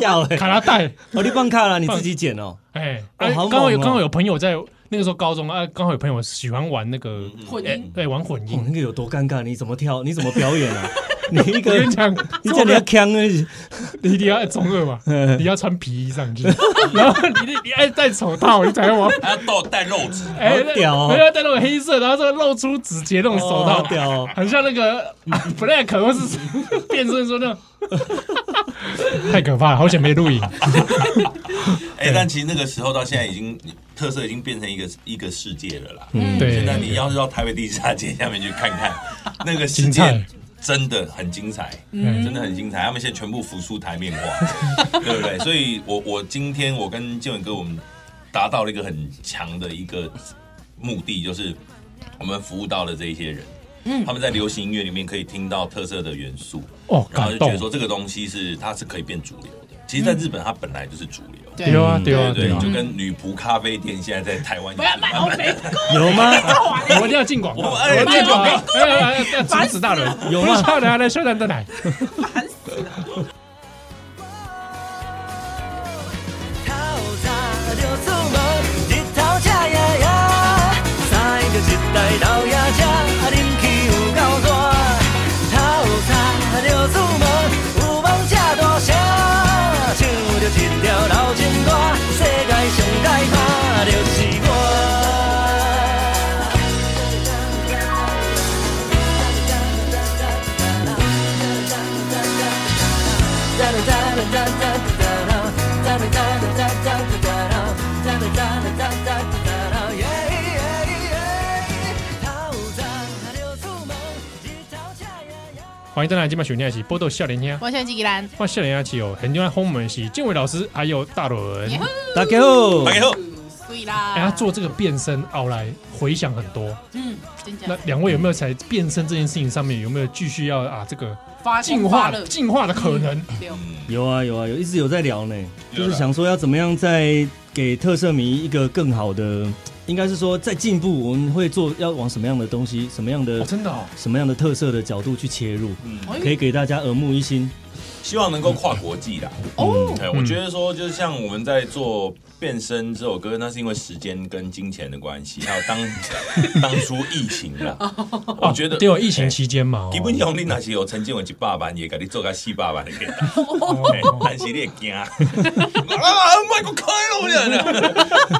Speaker 7: 笑
Speaker 4: 不
Speaker 7: 欸
Speaker 4: 卡拉带，
Speaker 7: 哦，你放卡了，你自己剪哦。
Speaker 4: 哎，
Speaker 7: 哦
Speaker 4: 哎
Speaker 7: 好
Speaker 4: 刚好有
Speaker 7: 猛哦
Speaker 4: 刚好有朋友在那个时候高中啊，刚好有朋友喜欢玩那个
Speaker 8: 混
Speaker 4: 哎
Speaker 8: 音，
Speaker 4: 对，玩混
Speaker 7: 嗯哦，
Speaker 4: 音。
Speaker 7: 那个有多尴尬？你怎么跳？你怎么表 演啊？你一
Speaker 4: 我
Speaker 7: 个
Speaker 4: 跟你讲，
Speaker 7: 你叫你要扛啊！
Speaker 4: 你一定要中二 嘛，
Speaker 7: 嗯
Speaker 4: 你要穿皮衣上去， 然后你你你爱戴手套，你才会玩。
Speaker 6: 还要戴戴肉指，
Speaker 4: 哎，
Speaker 7: 好屌哦
Speaker 4: 没有戴那种黑色，然后这个露出指节那种手
Speaker 7: 哦
Speaker 4: 套
Speaker 7: 好，屌哦
Speaker 4: 很像那个 Black 或是 变身说 那种，太可怕了，好险没录影。
Speaker 6: 哎，但其实那个时候到现在已经特色已经变成一个一个世界了啦。嗯，
Speaker 4: 对
Speaker 6: 现，在你要是到台北地下街下面去看 看，那个世
Speaker 4: 精
Speaker 6: 界
Speaker 4: 彩
Speaker 6: 真的很精彩，
Speaker 4: 嗯
Speaker 6: 真的很精彩。他们现在全部浮出台面 化，对不对？所以我我今天我跟建伟哥，我们达到了一个很强的一个目的，就是我们服务到了这一些人。嗯，他们在流行音乐里面可以听到特色的元素，
Speaker 4: 哦，
Speaker 6: 然
Speaker 4: 感
Speaker 6: 后就觉
Speaker 4: 动
Speaker 6: 得，说这个东西是它是可以变主流的。其实，在日本它本来就是主流，
Speaker 8: 对
Speaker 4: 对啊，对啊，
Speaker 6: 对
Speaker 4: 对
Speaker 6: 不
Speaker 4: 啊
Speaker 6: 对，，就跟女仆咖啡店现在在台湾
Speaker 5: 不要卖欧 美股，
Speaker 7: 有吗？
Speaker 4: 我们一定要进广告，
Speaker 6: 我
Speaker 4: 我们一定要进广告，哎哎哎要阻止大人，有吗？大人来来，修蛋的奶，
Speaker 9: 透早就出门，日头赤呀呀，驶着一台老爷车，恁气有够大。透早就出门，有梦这大声，唱着一条老情歌，世界上歹拍就是我。
Speaker 4: 欢迎再来今晚选天喜波豆笑脸天，
Speaker 5: 我选吉兰，
Speaker 4: 欢迎笑脸天喜哦，很喜欢轰门喜，建伟老师还有大伦，
Speaker 8: Yeah
Speaker 7: 大家好
Speaker 6: 大，家好，
Speaker 5: 对啦，
Speaker 4: 哎，他做这个变身奥莱回响很多，
Speaker 8: 嗯，真假
Speaker 4: 那两位有没有在变身这件事情上面有没有继续要啊这个
Speaker 8: 发
Speaker 4: 进
Speaker 8: 发
Speaker 4: 化
Speaker 8: 热
Speaker 4: 进化的可能？
Speaker 8: 对哦
Speaker 7: 有啊有啊有，一直有在聊呢，
Speaker 6: 有
Speaker 7: 就
Speaker 6: 啦
Speaker 7: 是想说要怎么样再给特色迷一个更好的，应该是说再进步，我们会做要往什么样的东西，什么样
Speaker 4: 哦，
Speaker 7: 的
Speaker 4: 真的哦，
Speaker 7: 什么样的特色的角度去切入，
Speaker 8: 哎
Speaker 7: 可以给大家耳目一新。
Speaker 6: 希望能够跨国际啦。
Speaker 8: 哦，
Speaker 6: 对，我觉得说，就是像我们在做《变身》这首歌，那是因为时间跟金钱的关系，还有当 当初疫情啦。我觉得，
Speaker 4: 对哦，疫情期间嘛，哦
Speaker 6: 基本上你那是有曾经有一百万，也给你做个四百万的给他，嘿但是你会惊。 啊，卖个开了我 讲。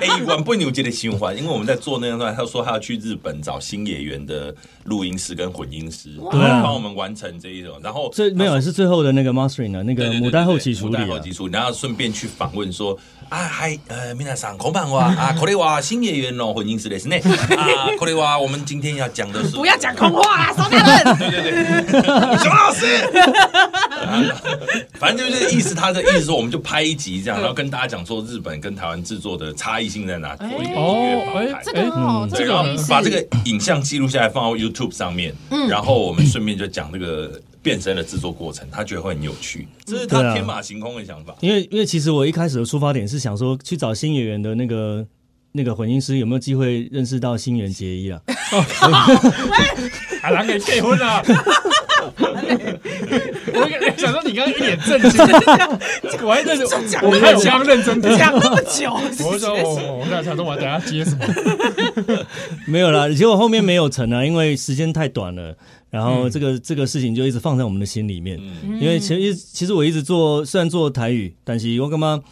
Speaker 6: 哎，原本有这个循环，因为我们在做那样段，他说他要去日本找新演员的录音师跟混音师，
Speaker 7: 对啊
Speaker 6: 帮我们完成这一种，然后
Speaker 7: 最没有是最后的那个 mastering 啊，那
Speaker 6: 对
Speaker 7: 个
Speaker 6: 对对
Speaker 7: 母带后期处
Speaker 6: 母
Speaker 7: 理
Speaker 6: 带
Speaker 7: 啊
Speaker 6: 后，期处理，然后顺便去访问说啊，嗨，呃，皆さんこんばんは 啊，これは新演员哦の混音師です ね啊，これは我们今天要讲的是
Speaker 5: 不要讲空话啊，少点人，
Speaker 6: 对对对，熊老师， 啊反正就是意思，他的意思说，我们就拍一集
Speaker 8: 嗯
Speaker 6: 这样，然后跟大家讲说日本跟台湾制作的差异性在哪，做一个音乐
Speaker 4: 哦，
Speaker 6: 访
Speaker 4: 哎
Speaker 6: 谈。，
Speaker 8: 这个哎
Speaker 4: 哎
Speaker 8: 哦
Speaker 6: 对，
Speaker 8: 这
Speaker 6: 然
Speaker 8: 个
Speaker 6: 后
Speaker 8: 意思嗯
Speaker 6: 把这个影像记录下来放到 YouTube 上面，然后我们顺便就讲这个变身的制作过程，他觉得会很有趣，这是
Speaker 7: 对
Speaker 6: 他
Speaker 7: 啊
Speaker 6: 天马行空的想法。
Speaker 7: 因为因为其实我一开始的出发点是想说去找新演员的那个那个混音师有没有机会认识到新垣结衣啊？
Speaker 4: 阿郎给结婚了。我跟想说，你刚刚一脸震惊，我还认真，我还有刚认真听。
Speaker 5: 讲那么久，
Speaker 4: 我说哦我我在想说，我等下接什么？
Speaker 7: 没有啦，结果后面没有成啊，因为时间太短了。然后
Speaker 6: 嗯
Speaker 7: 这个、这个事情就一直放在我们的心里面，因为其实其实我一直做，虽然做台语，但是我干嘛？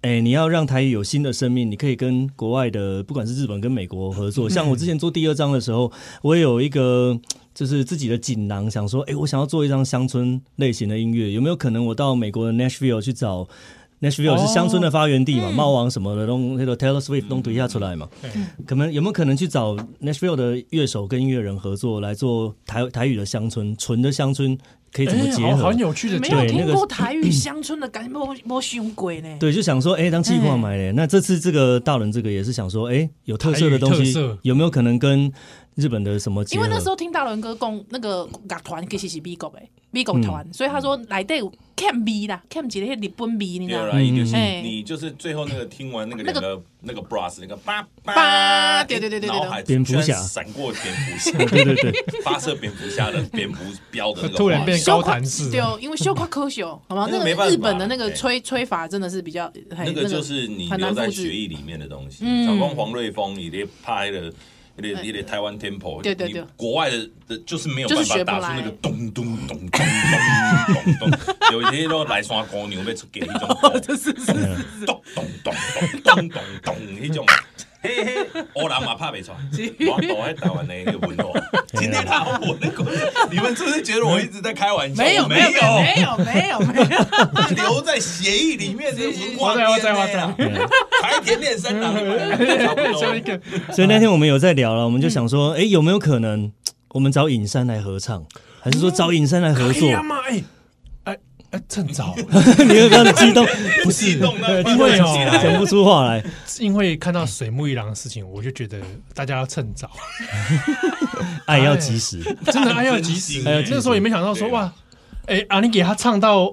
Speaker 7: 哎，你要让台语有新的生命，你可以跟国外的，不管是日本跟美国合
Speaker 4: 嗯
Speaker 7: 作。像我之前做第二章的时候，我也有一个就是自己的锦囊，想说，哎，我想要做一张乡村类型的音乐，有没有可能我到美国的 Nashville 去找
Speaker 4: 哦
Speaker 7: Nashville 是乡村的发源地
Speaker 4: 嗯
Speaker 7: 嘛，猫王什么的，弄那个 Taylor Swift 弄对下出来嘛。可能有没有可能去找 Nashville 的乐手跟音乐人合作来做台台语的乡村，纯的乡村可以怎么结
Speaker 4: 哎好
Speaker 7: 合？
Speaker 4: 很有趣的
Speaker 8: 没
Speaker 4: 结
Speaker 8: 有
Speaker 4: 合，
Speaker 7: 对那
Speaker 8: 听
Speaker 7: 个
Speaker 8: 过台语乡村的感觉，没没想过呢。
Speaker 7: 对，就想说，哎、当计划买嘞。那这次这个大人这个也是想说，哎、有特色的东
Speaker 4: 台语
Speaker 7: 西
Speaker 4: 特色
Speaker 7: 有没有可能跟日本的什么结
Speaker 8: 因
Speaker 7: 合？
Speaker 8: 为那时候听大伦哥讲那个乐团其实是美国的，美国团，所以他说来底有欠味啦，欠一个那个日本味，你知
Speaker 6: 第
Speaker 8: 道
Speaker 6: 二
Speaker 8: 吗？
Speaker 6: 来一就是
Speaker 8: 嗯
Speaker 6: 你就是最后那个听完那个
Speaker 8: 那个
Speaker 6: 那个那个 brass 那个叭
Speaker 8: 叭对对对对对对
Speaker 6: 脑海
Speaker 7: 蝙蝠侠
Speaker 6: 居然闪过蝙蝠侠，
Speaker 7: 对对对，
Speaker 6: 发射蝙蝠侠的蝙蝠标 的那个
Speaker 4: 突然变
Speaker 6: 画面
Speaker 4: 高弹式
Speaker 8: 对，哦因为修夸科学，好吗？那
Speaker 6: 那个没办
Speaker 8: 个
Speaker 6: 法
Speaker 8: 日本的那个
Speaker 6: 哎
Speaker 8: 吹吹法真的是比较，嘿
Speaker 6: 那个就是你
Speaker 8: 很
Speaker 6: 留
Speaker 8: 难
Speaker 6: 在
Speaker 8: 复
Speaker 6: 血
Speaker 8: 制。
Speaker 6: 液里面的东西。
Speaker 8: 嗯
Speaker 6: 小光黄瑞峰，你得拍了。你得你得台湾 tempo，
Speaker 8: 对对对
Speaker 6: 你国外的的就是没有
Speaker 8: 就
Speaker 6: 办
Speaker 8: 是
Speaker 6: 法
Speaker 8: 学不
Speaker 6: 打出那
Speaker 8: 来
Speaker 6: 个咚咚咚咚咚咚咚，有一些都来山公牛被出给 那种，就是咚咚咚咚咚咚咚那种，嘿嘿，我人嘛拍不出来，我懂在台湾的那个文 化，今天他我那个，你们是不是觉得我一直在开玩笑？
Speaker 8: 没有
Speaker 6: 我
Speaker 8: 没
Speaker 6: 没
Speaker 8: 有没有没有没有，
Speaker 6: 留在协议里面的文化
Speaker 4: 哇塞哇
Speaker 6: DNA 啊
Speaker 4: 塞哇塞，
Speaker 6: 柴田炼三郎，差不多
Speaker 4: 下一个
Speaker 7: 所以那天我们有在聊了，我们就想说，哎、有没有可能我们找尹山来合唱，还是说找尹山来合作？
Speaker 4: 嘛，哎哎哎，趁早，
Speaker 7: 你会非常激 动，不是？
Speaker 6: 激动的，
Speaker 4: 因为哦
Speaker 7: 讲不出话来，
Speaker 4: 因为看到水木一郎的事情，我就觉得大家要趁早，
Speaker 7: 爱要及时。
Speaker 4: 真的爱要及时。
Speaker 6: 爱要及时
Speaker 4: 那时候也没想到说
Speaker 6: 对
Speaker 4: 哇，哎，阿你给他唱到，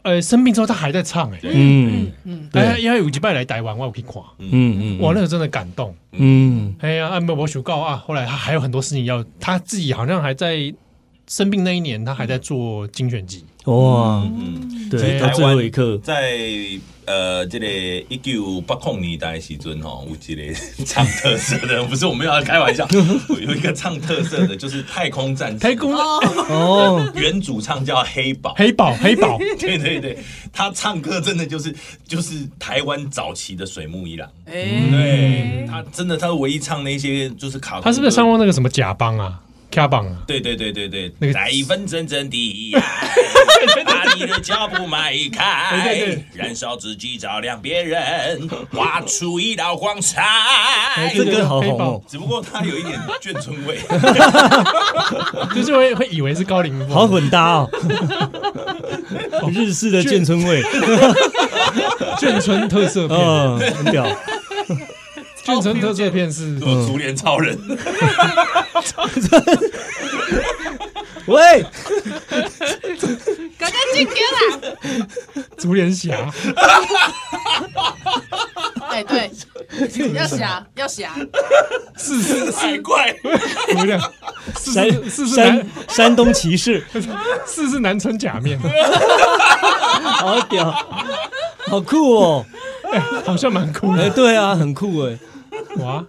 Speaker 4: 呃，生病之后他还在唱，哎，
Speaker 7: 嗯对
Speaker 4: 哎，因为有几拜来台湾，我有去看，
Speaker 7: 嗯嗯，
Speaker 4: 哇，那个真的感动。
Speaker 7: 嗯
Speaker 4: 哎呀，啊没有我求告啊，后来他还有很多事情要，他自己好像还在生病那一年，他还在做精选集。
Speaker 7: 哇，
Speaker 6: 嗯，
Speaker 7: 对，
Speaker 4: 对
Speaker 7: 到最后一刻，
Speaker 6: 在呃，这个一九八零年代的时阵吼，有一个唱特色的，不是我们要 开玩笑，有一个唱特色的，就是太空战士，
Speaker 4: 台工
Speaker 7: 哦，
Speaker 6: 原主唱叫黑宝，
Speaker 4: 黑宝黑宝，
Speaker 6: 对对对，他唱歌真的就是就是台湾早期的水木一郎，
Speaker 8: 哎，
Speaker 6: 对他真的他唯一唱那些就是卡通
Speaker 4: 嗯
Speaker 6: 歌，
Speaker 4: 他是不是上过那个什么甲帮啊、卡帮啊？
Speaker 6: 对对对对对，
Speaker 4: 那个
Speaker 6: 来一份真正的 爱，把你的脚步迈
Speaker 4: 对对
Speaker 6: 开
Speaker 4: 对，
Speaker 6: 燃烧自己，照亮 别人，画出一道光
Speaker 4: 哎
Speaker 6: 彩。
Speaker 7: 这歌好红哦，
Speaker 6: 只不过他有一点眷村 味，
Speaker 4: 就是会会以为是高凌风，
Speaker 7: 好混搭 哦，日式的眷村味，
Speaker 4: 眷村特色片，
Speaker 7: 嗯，很屌，
Speaker 4: 哦眷村特色片是
Speaker 6: 我竹联超人，
Speaker 4: 嗯
Speaker 7: 喂，
Speaker 5: 赶快进给啦！
Speaker 4: 竹联侠，
Speaker 8: 哎对，要侠要侠，
Speaker 4: 四四
Speaker 6: 海怪，
Speaker 4: 我俩四
Speaker 7: 山
Speaker 4: 四四是南
Speaker 7: 山 山东骑士，
Speaker 4: 四是南村假 面，
Speaker 7: 好屌，好酷哦，
Speaker 4: 好像蛮酷
Speaker 7: 哎，
Speaker 4: 的
Speaker 7: 对啊，很酷哎，
Speaker 4: 哇。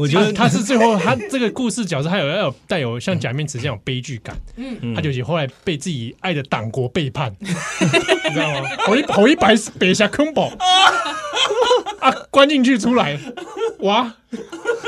Speaker 7: 我
Speaker 4: 我
Speaker 7: 觉得
Speaker 4: 他是最后他这个故事角色，还有要有带有像假面骑士这样有悲剧感。嗯，他就是后来被自己爱的党国背 叛，你知道吗？头一头一白北下空 堡啊，关进去出来，哇，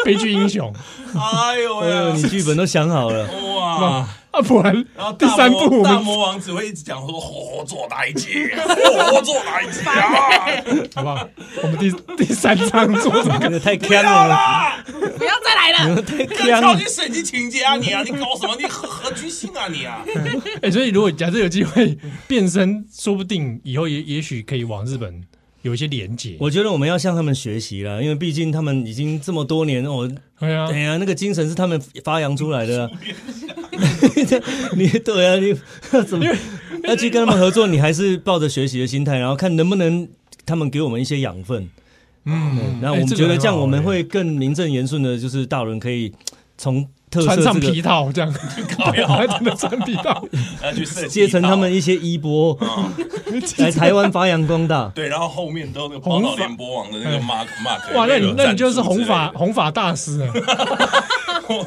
Speaker 4: 悲剧英雄
Speaker 6: 哎呦
Speaker 7: 哎
Speaker 4: 嗯
Speaker 7: 呦，你
Speaker 6: 喂，
Speaker 7: 剧本都想 好了，
Speaker 6: 哇！
Speaker 4: 啊，不然
Speaker 6: 然后
Speaker 4: 第
Speaker 6: 大
Speaker 4: 三
Speaker 6: 魔
Speaker 4: 部我
Speaker 6: 大
Speaker 4: 们
Speaker 6: 魔王只会一直讲说活做哪姐，活做哪姐啊！
Speaker 4: 好不好？我们第第三章做什么？
Speaker 7: 真的太坑了，
Speaker 5: 不要再来了，
Speaker 7: 太 坑
Speaker 6: 跳
Speaker 7: 了
Speaker 6: 进，审计情节啊你啊！你搞什么？你何何居心啊 你啊！
Speaker 4: 哎、所以如果假设有机会变身，说不定以后也也许可以往日本有一些连接。
Speaker 7: 我觉得我们要向他们学习了，因为毕竟他们已经这么多年哦，
Speaker 4: 对啊
Speaker 7: 哎，呀，那个精神是他们发扬出来的、 啊。你对啊，你 要怎么要去跟他们合作？你还是抱着学习的心态，然后看能不能他们给我们一些养分。嗯，然后
Speaker 4: 哎
Speaker 7: 我们
Speaker 4: 这个
Speaker 7: 觉得这
Speaker 4: 很
Speaker 7: 样，
Speaker 4: 好
Speaker 7: 我们
Speaker 4: 哎
Speaker 7: 会更名正言顺的，就是大人可以从特色
Speaker 4: 穿上
Speaker 7: 这
Speaker 4: 皮
Speaker 7: 个
Speaker 4: 套 这样，还真的穿皮套，
Speaker 6: 要去设计
Speaker 7: 接成他们一些衣钵，
Speaker 4: 啊
Speaker 7: 来台湾发扬光大。
Speaker 6: 对，然后后面都那个宝岛联播网的那个 mark mark，
Speaker 4: 哎哇，那你那你就是
Speaker 6: 红
Speaker 4: 红 发，红发大师啊！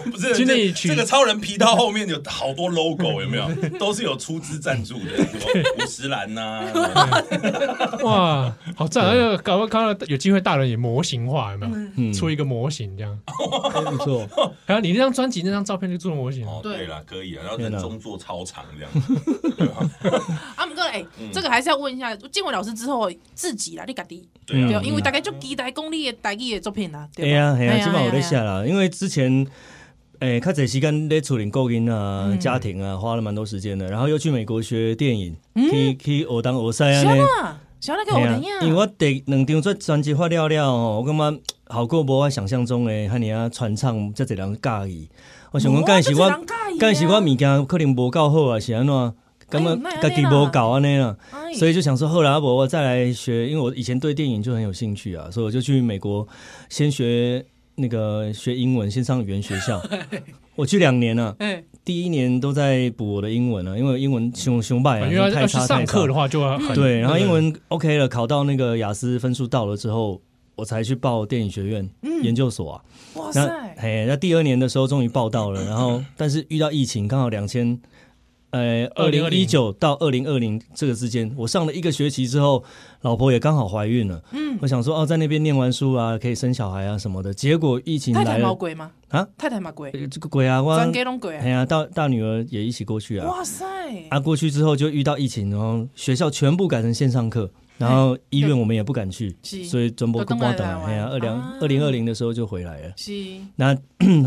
Speaker 6: 不 是
Speaker 4: 今天
Speaker 6: 这
Speaker 4: 一曲
Speaker 6: 这个超人皮套后面有好多 logo 有没 有？都是有出资赞助的，什么五十 岚呐，
Speaker 4: 哇，好赞！
Speaker 7: 啊
Speaker 4: 而且搞不好看到有机会大人也模型化，有
Speaker 7: 嗯
Speaker 4: 没有？出一个模型这样。
Speaker 7: 哎不错，
Speaker 4: 还有你那张专辑那张照片就做模型，
Speaker 6: 哦对了，可以啊，然后人中做超长这样，
Speaker 8: 啊，不过哎，这个还是要问一下建伟老师之后自己啦，你家己
Speaker 7: 嗯
Speaker 6: 对
Speaker 8: 对
Speaker 6: 啊，，
Speaker 8: 因为大概就期待讲你的台语的作品啦，
Speaker 7: 哎
Speaker 8: 对啊
Speaker 7: 呀
Speaker 8: 吧？
Speaker 7: 哎呀，
Speaker 8: 嘿
Speaker 7: 起码我在
Speaker 8: 嘿
Speaker 7: 下啦，因为之前。哎，较侪时间在处理顾音啊、
Speaker 8: 嗯
Speaker 7: 家庭啊，花了蛮多时间的。然后又去美国学电影，
Speaker 8: 嗯
Speaker 7: 去去学当学西啊
Speaker 8: 小
Speaker 7: 呢。
Speaker 8: 娜，小娜给我
Speaker 7: 嘿
Speaker 8: 等
Speaker 7: 啊
Speaker 8: 一下，
Speaker 7: 因为我第两张专专辑发了了吼，我感觉效果无我想象中的遐尔啊传唱，遮侪人介意。我想讲，
Speaker 8: 无啊
Speaker 7: 敢是
Speaker 8: 这多
Speaker 7: 我
Speaker 8: 人喜欢啊，
Speaker 7: 敢是我物件可能无够好啊，是安怎？感觉
Speaker 8: 哎别这样
Speaker 7: 自己无搞安尼啦，
Speaker 8: 哎
Speaker 7: 所以就想说，后来我我再来学，因为我以前对电影就很有兴趣啊，所以我就去美国先学那个学英文，先上语言学校。 我去两年了、
Speaker 8: 哎，
Speaker 7: 第一年都在补我的英文啊，因为我英文熊熊败
Speaker 4: 哦
Speaker 7: 啊，
Speaker 4: 因为要
Speaker 7: 太
Speaker 4: 要去
Speaker 7: 差太
Speaker 4: 上
Speaker 7: 差
Speaker 4: 课的。话就要很
Speaker 7: 对，然后英
Speaker 4: 那个
Speaker 7: 文 OK 了，考到那个雅思分数到了之后，我才去报电影学院、
Speaker 4: 嗯
Speaker 7: 研究所啊。
Speaker 8: 哇
Speaker 7: 那
Speaker 8: 塞，
Speaker 7: 哎，那第二年的时候终于报到了，然 后但是遇到疫情，刚好两千，呃，二零一九到二零二零这个之间，我上了一个学期之后，老婆也刚好怀孕了，嗯，我想说哦，在那边念完书啊，可以生小孩啊什么的，结果疫情
Speaker 8: 太
Speaker 7: 来
Speaker 8: 太毛
Speaker 7: 了，
Speaker 8: 鬼吗？
Speaker 7: 啊，
Speaker 8: 太太毛鬼，
Speaker 7: 呃这个鬼啊，我
Speaker 8: 专给拢鬼
Speaker 7: 哎
Speaker 8: 啊！
Speaker 7: 呀，大大女儿也一起过去啊，
Speaker 8: 哇塞，
Speaker 7: 啊，过去之后就遇到疫情，然后学校全部改成线上课，然后医院我们也不敢去，
Speaker 8: 是
Speaker 7: 所以转播
Speaker 8: 哎都
Speaker 7: 不
Speaker 8: 回来
Speaker 7: 报道
Speaker 8: 台，湾
Speaker 7: 哎呀，二零
Speaker 8: 啊
Speaker 7: 二零二零的时候就回来了。
Speaker 8: 是
Speaker 7: 那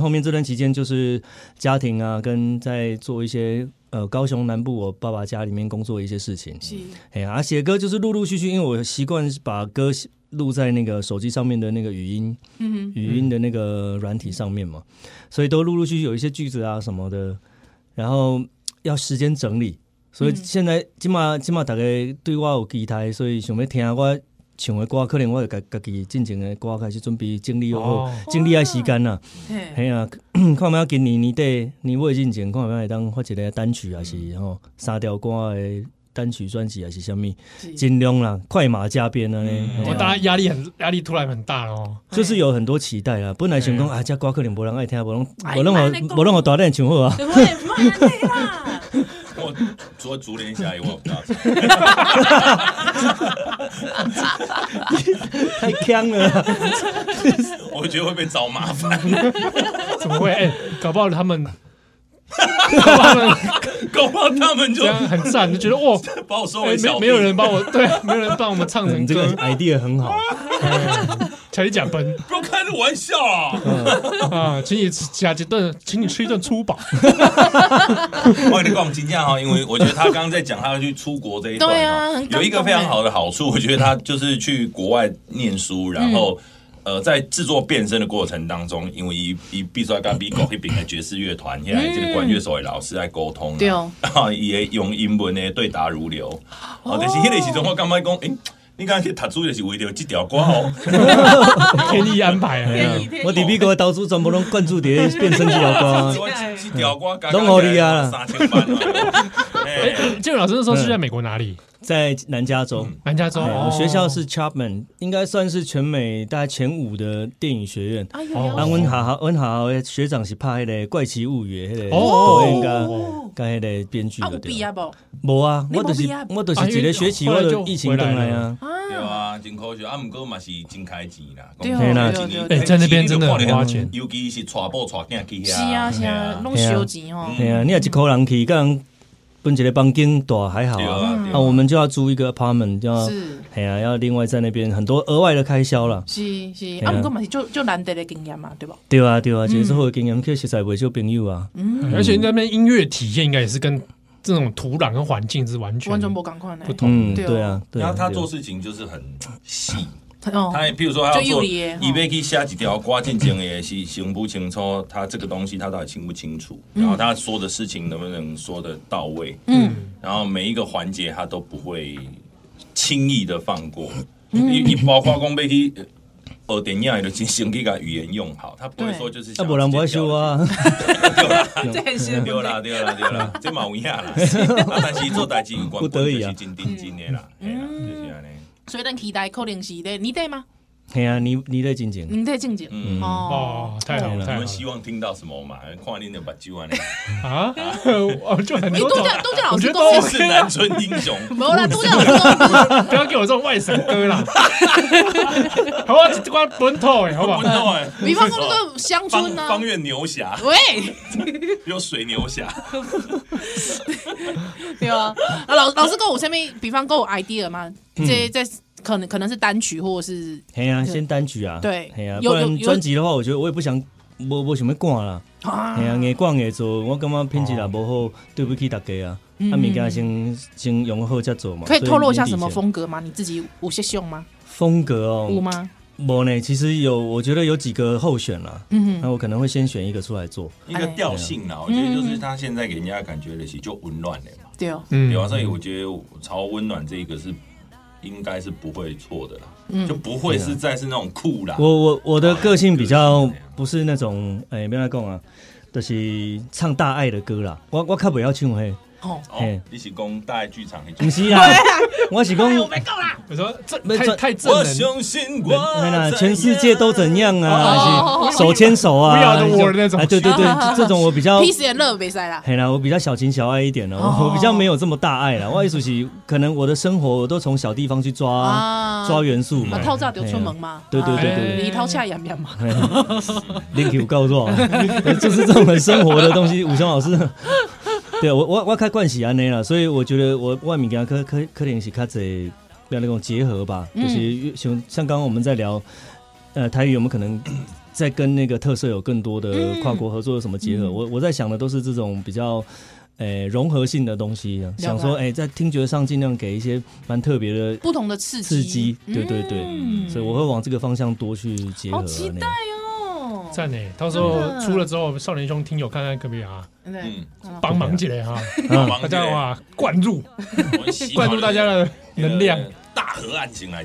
Speaker 7: 后面这段期间就是家庭啊，跟在做一些呃高雄南部我爸爸家里面工作的一些事情。
Speaker 8: 是，
Speaker 7: 哎呀，啊写歌就是陆陆续续，因为我习惯是把歌录在那个手机上面的那个语音
Speaker 8: 嗯哼，
Speaker 7: 语音的那个软体上面嘛，所以都陆陆续续有一些句子啊什么的，然后要时间整理。所以现在今嘛今嘛大概对我有期待，所以想要听我唱的歌，可能我就家家己进前的歌开始准备整理好
Speaker 4: 哦，
Speaker 7: 整理爱时间啦、
Speaker 8: 嘿，
Speaker 7: 嘿啊，看卖今年年底年尾进前，看卖会当发一个单曲，还啊
Speaker 8: 嗯
Speaker 7: 是吼三条歌的单曲专辑，还啊是啥物，
Speaker 8: 是嗯
Speaker 7: 尽量啦，快马加鞭啊呢。嘿
Speaker 4: 我
Speaker 7: 啊
Speaker 4: 哦大家压力很压力突然很大哦。
Speaker 7: 就是有很多期待啦，本来想讲啊，这歌可能无人爱听，无人
Speaker 8: 嗯哎
Speaker 7: 无
Speaker 8: 别
Speaker 7: 人
Speaker 8: 这样
Speaker 7: 好
Speaker 8: 讲
Speaker 7: 无人好大胆唱好 啊。
Speaker 8: 对我也不安内啦，
Speaker 6: 我除了竹联下以外，我不知道。
Speaker 7: 太强了 啦，
Speaker 6: 我觉得会被找麻烦，
Speaker 4: 怎么会？哎、搞不好他们， 搞不好他们
Speaker 6: 搞不好他们就
Speaker 4: 这样很赞，就觉得哦，
Speaker 6: 把我收
Speaker 4: 哎
Speaker 6: 为小
Speaker 4: 没
Speaker 6: 弟
Speaker 4: 没有人帮我，对，没有人帮我们唱成
Speaker 7: 嗯你这
Speaker 4: 歌
Speaker 7: 个，idea 很
Speaker 8: 哦
Speaker 7: 好，
Speaker 4: 才是假崩
Speaker 6: 不要开这玩笑 啊！
Speaker 4: 啊！请你吃假一顿，请你吃一顿粗饱，
Speaker 6: 我跟你讲，金价哈，因为我觉得他刚刚在讲他去出国这一段
Speaker 8: 对
Speaker 6: 哦
Speaker 8: 啊很感动欸
Speaker 6: 有一个非常好的好处，我觉得他就是去国外念书，然
Speaker 8: 嗯
Speaker 6: 后。呃，在制作变身的过程当中，因为一一必须要跟 B 狗一饼的爵士乐团，现在这个管乐手的老师在沟通、啊，
Speaker 8: 嗯对 哦
Speaker 6: 然后也用英文呢对答如流。哦，但是迄个时阵我感觉讲，诶、你刚刚去读书就是为了这条歌 哦。
Speaker 4: 天意安排
Speaker 8: 天
Speaker 4: 啊！
Speaker 8: 意天意
Speaker 7: 嗯我伫美国的投资全部拢灌注伫变身这条 歌。
Speaker 6: 我这条歌刚
Speaker 7: 拢给你啊啦
Speaker 6: 三千万哦。
Speaker 4: 哎、
Speaker 6: 哎
Speaker 4: 建伟老师那时候是在美国哪里？
Speaker 7: 在南加州，
Speaker 4: 南加
Speaker 8: 嗯
Speaker 4: 州，
Speaker 7: 对
Speaker 4: 哦
Speaker 7: 我学校是 Chapman，应该算是全美大概前五的电影学院。
Speaker 8: 哎
Speaker 4: 哦
Speaker 7: 啊，
Speaker 8: 呦，
Speaker 7: 阮下校，阮下校的学长是拍迄个《怪奇物语》迄个
Speaker 4: 哦
Speaker 7: 导演甲甲迄个编剧
Speaker 8: 啊
Speaker 7: 的
Speaker 8: 有
Speaker 7: 对
Speaker 8: 比啊
Speaker 7: 吧。
Speaker 8: 不？
Speaker 7: 无啊，
Speaker 8: 你
Speaker 7: 我就是
Speaker 8: 没毕业
Speaker 7: 我就是一个学
Speaker 4: 啊
Speaker 7: 期，
Speaker 4: 因
Speaker 7: 我
Speaker 4: 为
Speaker 7: 就疫情回来啊。
Speaker 6: 对啊，真可惜啊！不过嘛是真开钱啦。
Speaker 8: 嗯对哦
Speaker 7: 嘿啦
Speaker 8: 对哦对哦
Speaker 4: 哎、
Speaker 8: 对哦，
Speaker 4: 在那边真的很花钱，
Speaker 6: 尤其是娶某娶囝去遐。
Speaker 8: 是啊是啊，拢烧钱哦，
Speaker 7: 哎呀，你若一个人去，甲人分一个房间大还好
Speaker 6: 对
Speaker 7: 啊。
Speaker 6: 啊，对
Speaker 7: 啊，
Speaker 6: 啊。
Speaker 7: 我们就要租一个 apartment，就要
Speaker 8: 是
Speaker 7: 哎呀，要另外在那边很多额外的开销啦。
Speaker 8: 是是，
Speaker 7: 啊
Speaker 8: 啊，不过嘛是就就难得的经验嘛，对吧？
Speaker 7: 对啊，对
Speaker 8: 嗯
Speaker 7: 啊，其实我经验去实在袂少朋友啊。
Speaker 4: 嗯而且那边音乐体验应该也是跟这种土壤跟环境是完全
Speaker 8: 完全不赶快呢
Speaker 4: 不，同
Speaker 7: 嗯，
Speaker 8: 对哦
Speaker 7: 对啊，对
Speaker 6: 然
Speaker 7: 啊
Speaker 6: 后。他
Speaker 7: 对啊
Speaker 6: 做事情就是很细，
Speaker 8: 哦
Speaker 6: 他譬如说他要
Speaker 8: 就有
Speaker 6: 做，
Speaker 8: 理耶哦
Speaker 6: 以备去下几条瓜进前也是行不清楚，他这个东西他到底清不清楚，
Speaker 8: 嗯
Speaker 6: 然后他说的事情能不能说的到位，嗯，然后每一个环节他都不会轻易的放过，
Speaker 8: 嗯
Speaker 6: 你你包括讲被去。哦，电影的进行一个语言用好，他不会说就是
Speaker 7: 啊，
Speaker 6: 想要
Speaker 7: 无人不爱
Speaker 6: 直接
Speaker 7: 收
Speaker 6: 掉
Speaker 7: 啊。
Speaker 8: 这很辛
Speaker 6: 对啦，对啦，对啦，这嘛有影啦。啊，但是做代志有关
Speaker 7: 不得已啊
Speaker 6: 就是真定真的啦，嘿
Speaker 8: 嗯
Speaker 6: 啦，就是安尼。
Speaker 8: 所以咱期待可能是咧，你对吗？
Speaker 7: 嘿啊，你你在进前。
Speaker 8: 你对静静
Speaker 6: 嗯
Speaker 8: 哦，
Speaker 4: 哦，太好了，
Speaker 6: 我
Speaker 4: 太好
Speaker 6: 们希望听到什么嘛？看你的目睭安尼，
Speaker 4: 了啊！ 我就很
Speaker 8: 哎，
Speaker 4: 多
Speaker 8: 杜
Speaker 4: 种，
Speaker 8: 建杜建老
Speaker 4: 我
Speaker 8: 师
Speaker 4: 觉得
Speaker 8: 都
Speaker 4: 都
Speaker 8: 是，
Speaker 6: 是南村英 雄。
Speaker 8: 没有啦，杜建老师都是，
Speaker 4: 不要给我这种外省歌啦，好啊，这关本土哎，好不好
Speaker 6: 不？懂哎，
Speaker 8: 比方说那个乡
Speaker 6: 方
Speaker 8: 村呢，
Speaker 6: 方月牛侠，
Speaker 8: 喂，
Speaker 6: 有水牛侠，
Speaker 8: 对啊，啊老老师跟我下面，比方跟我 idea 嘛，这这可能可能是单曲或者是
Speaker 7: 嘿啊，
Speaker 8: 对
Speaker 7: 先单曲啊，
Speaker 8: 对
Speaker 7: 嘿啊，
Speaker 8: 有
Speaker 7: 不
Speaker 8: 有
Speaker 7: 然
Speaker 8: 有
Speaker 7: 专辑的话，我觉得我也不想，我我想要挂啦，
Speaker 8: 啊哦
Speaker 7: 嘿啊，硬挂硬做，我感觉品质也无好，对不起大家啊，啊物件先先用好再做嘛。
Speaker 8: 嗯可以
Speaker 7: 所
Speaker 8: 透露一下
Speaker 7: 年
Speaker 8: 什
Speaker 7: 底
Speaker 8: 么
Speaker 7: 前
Speaker 8: 风格吗？你自己有些秀吗？
Speaker 7: 风格哦？
Speaker 8: 有吗？
Speaker 7: 无呢，其实有，我觉得有几个候选啦，
Speaker 8: 嗯
Speaker 7: 那我可能会先选一个出来做，
Speaker 8: 哎
Speaker 6: 啊
Speaker 8: 嗯
Speaker 6: 一个调性啦。我觉得就是他现在给人家感觉的是就紊乱的嘛，
Speaker 8: 对，哦
Speaker 4: 嗯
Speaker 6: 对啊，所以我觉得朝温暖这一个是应该是不会错的啦，
Speaker 8: 嗯
Speaker 6: 就不会是再是那种酷啦。哦
Speaker 7: 我我我的个性比较不是那种，哎、欸，别来讲啊，就是唱大爱的歌啦。我我较不要唱嘿，
Speaker 8: 哦，
Speaker 6: 哦
Speaker 7: 嘿，
Speaker 6: 一起攻大爱剧场那
Speaker 7: 不
Speaker 6: 种。
Speaker 7: 是 啊，我是讲，
Speaker 5: 我没够啦，
Speaker 4: 我说这
Speaker 7: 没
Speaker 4: 太
Speaker 7: 这
Speaker 4: 太正
Speaker 6: 我
Speaker 4: 能，
Speaker 6: 相信
Speaker 7: 哎啦
Speaker 6: 我，，
Speaker 7: 全世界都怎样
Speaker 8: 哦
Speaker 7: 啊，还是手牵手啊
Speaker 4: We are the world 那种
Speaker 7: 哎对对对， 这种我比较。
Speaker 8: peace and love 没塞啦，
Speaker 7: 哦嘿啦，我比较小情小爱一点哦，我比较没有这么大爱啦。我意思是，可能我的生活我都从小地方去抓、
Speaker 8: 啊
Speaker 7: 抓元素嘛
Speaker 8: 啊，。透早就出门嘛，
Speaker 7: 对对对
Speaker 4: 对对
Speaker 8: 你头恰痒痒嘛，
Speaker 7: 零有告状，啊 就是这种很生活的东西。 武雄老师，对我我我开惯喜安内了，所以我觉得我外面跟他科科科林是卡这不要那种结合吧，
Speaker 8: 嗯
Speaker 7: 就是像像刚刚我们在聊，呃，台语有没有 可能在跟那个特色有更多的
Speaker 8: 嗯
Speaker 7: 跨国合作有什么结合？我我在想的都是这种比较。诶、融合性的东西啊，
Speaker 8: 解
Speaker 7: 想说，诶、在听觉上尽量给一些蛮特别的
Speaker 8: 不同的刺激，
Speaker 7: 刺激，对对对，
Speaker 8: 嗯
Speaker 7: 所以我会往这个方向多去结合、啊。
Speaker 8: 好期待哦，
Speaker 4: 赞呢。到时候出了之后，少年兄听友看看可不可以啊，
Speaker 8: 对，
Speaker 6: 嗯，
Speaker 4: 帮忙起来哈，
Speaker 7: 嗯
Speaker 6: 帮
Speaker 4: 大家
Speaker 6: 忙
Speaker 4: 啊灌入
Speaker 6: 起来
Speaker 4: 灌入大家的能量，。
Speaker 6: 大河岸进来，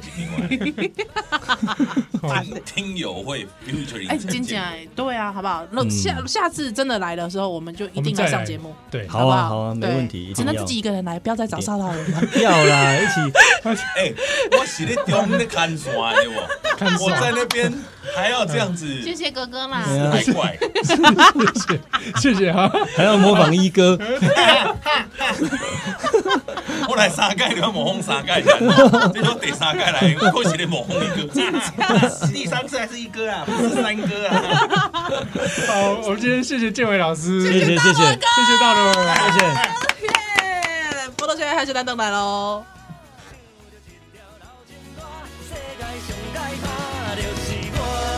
Speaker 6: 另 外听听友会 future
Speaker 8: 哎，真正哎，对啊，好不好？那
Speaker 7: 嗯
Speaker 8: 下下次真的来的时候，我们就一
Speaker 4: 我们
Speaker 8: 定
Speaker 4: 再
Speaker 8: 来
Speaker 4: 来
Speaker 8: 上节目，
Speaker 4: 对，
Speaker 7: 好
Speaker 8: 不
Speaker 7: 啊，好啊，没
Speaker 8: 对
Speaker 7: 问题，一
Speaker 8: 只
Speaker 7: 定
Speaker 8: 能
Speaker 7: 要
Speaker 8: 自己一个人来，不要再找骚扰 人了。
Speaker 7: 要啦，一起
Speaker 6: 哎，我洗在中在看山的
Speaker 4: 看
Speaker 6: 我，
Speaker 4: 山
Speaker 6: 我在那边还要 这样子，
Speaker 5: 谢哥哥啦
Speaker 7: 对啊
Speaker 6: 怪怪。
Speaker 4: 谢啊谢哈，
Speaker 7: 还要模仿一 哥，
Speaker 6: 后来三盖，你要模仿 三盖，这就第三盖来，我洗在模仿一 个，第三次还是一哥啊，不是三哥啊。
Speaker 4: 好，我们今天谢谢建伟老师，
Speaker 7: 谢谢谢谢谢
Speaker 4: 谢谢大伦。
Speaker 7: 谢。
Speaker 8: 耶！波多现在还是难等来喽。
Speaker 9: 世界上歹拍就是我。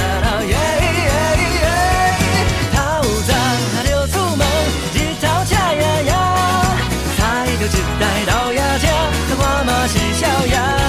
Speaker 9: 一台老爷车，我嘛是逍遥。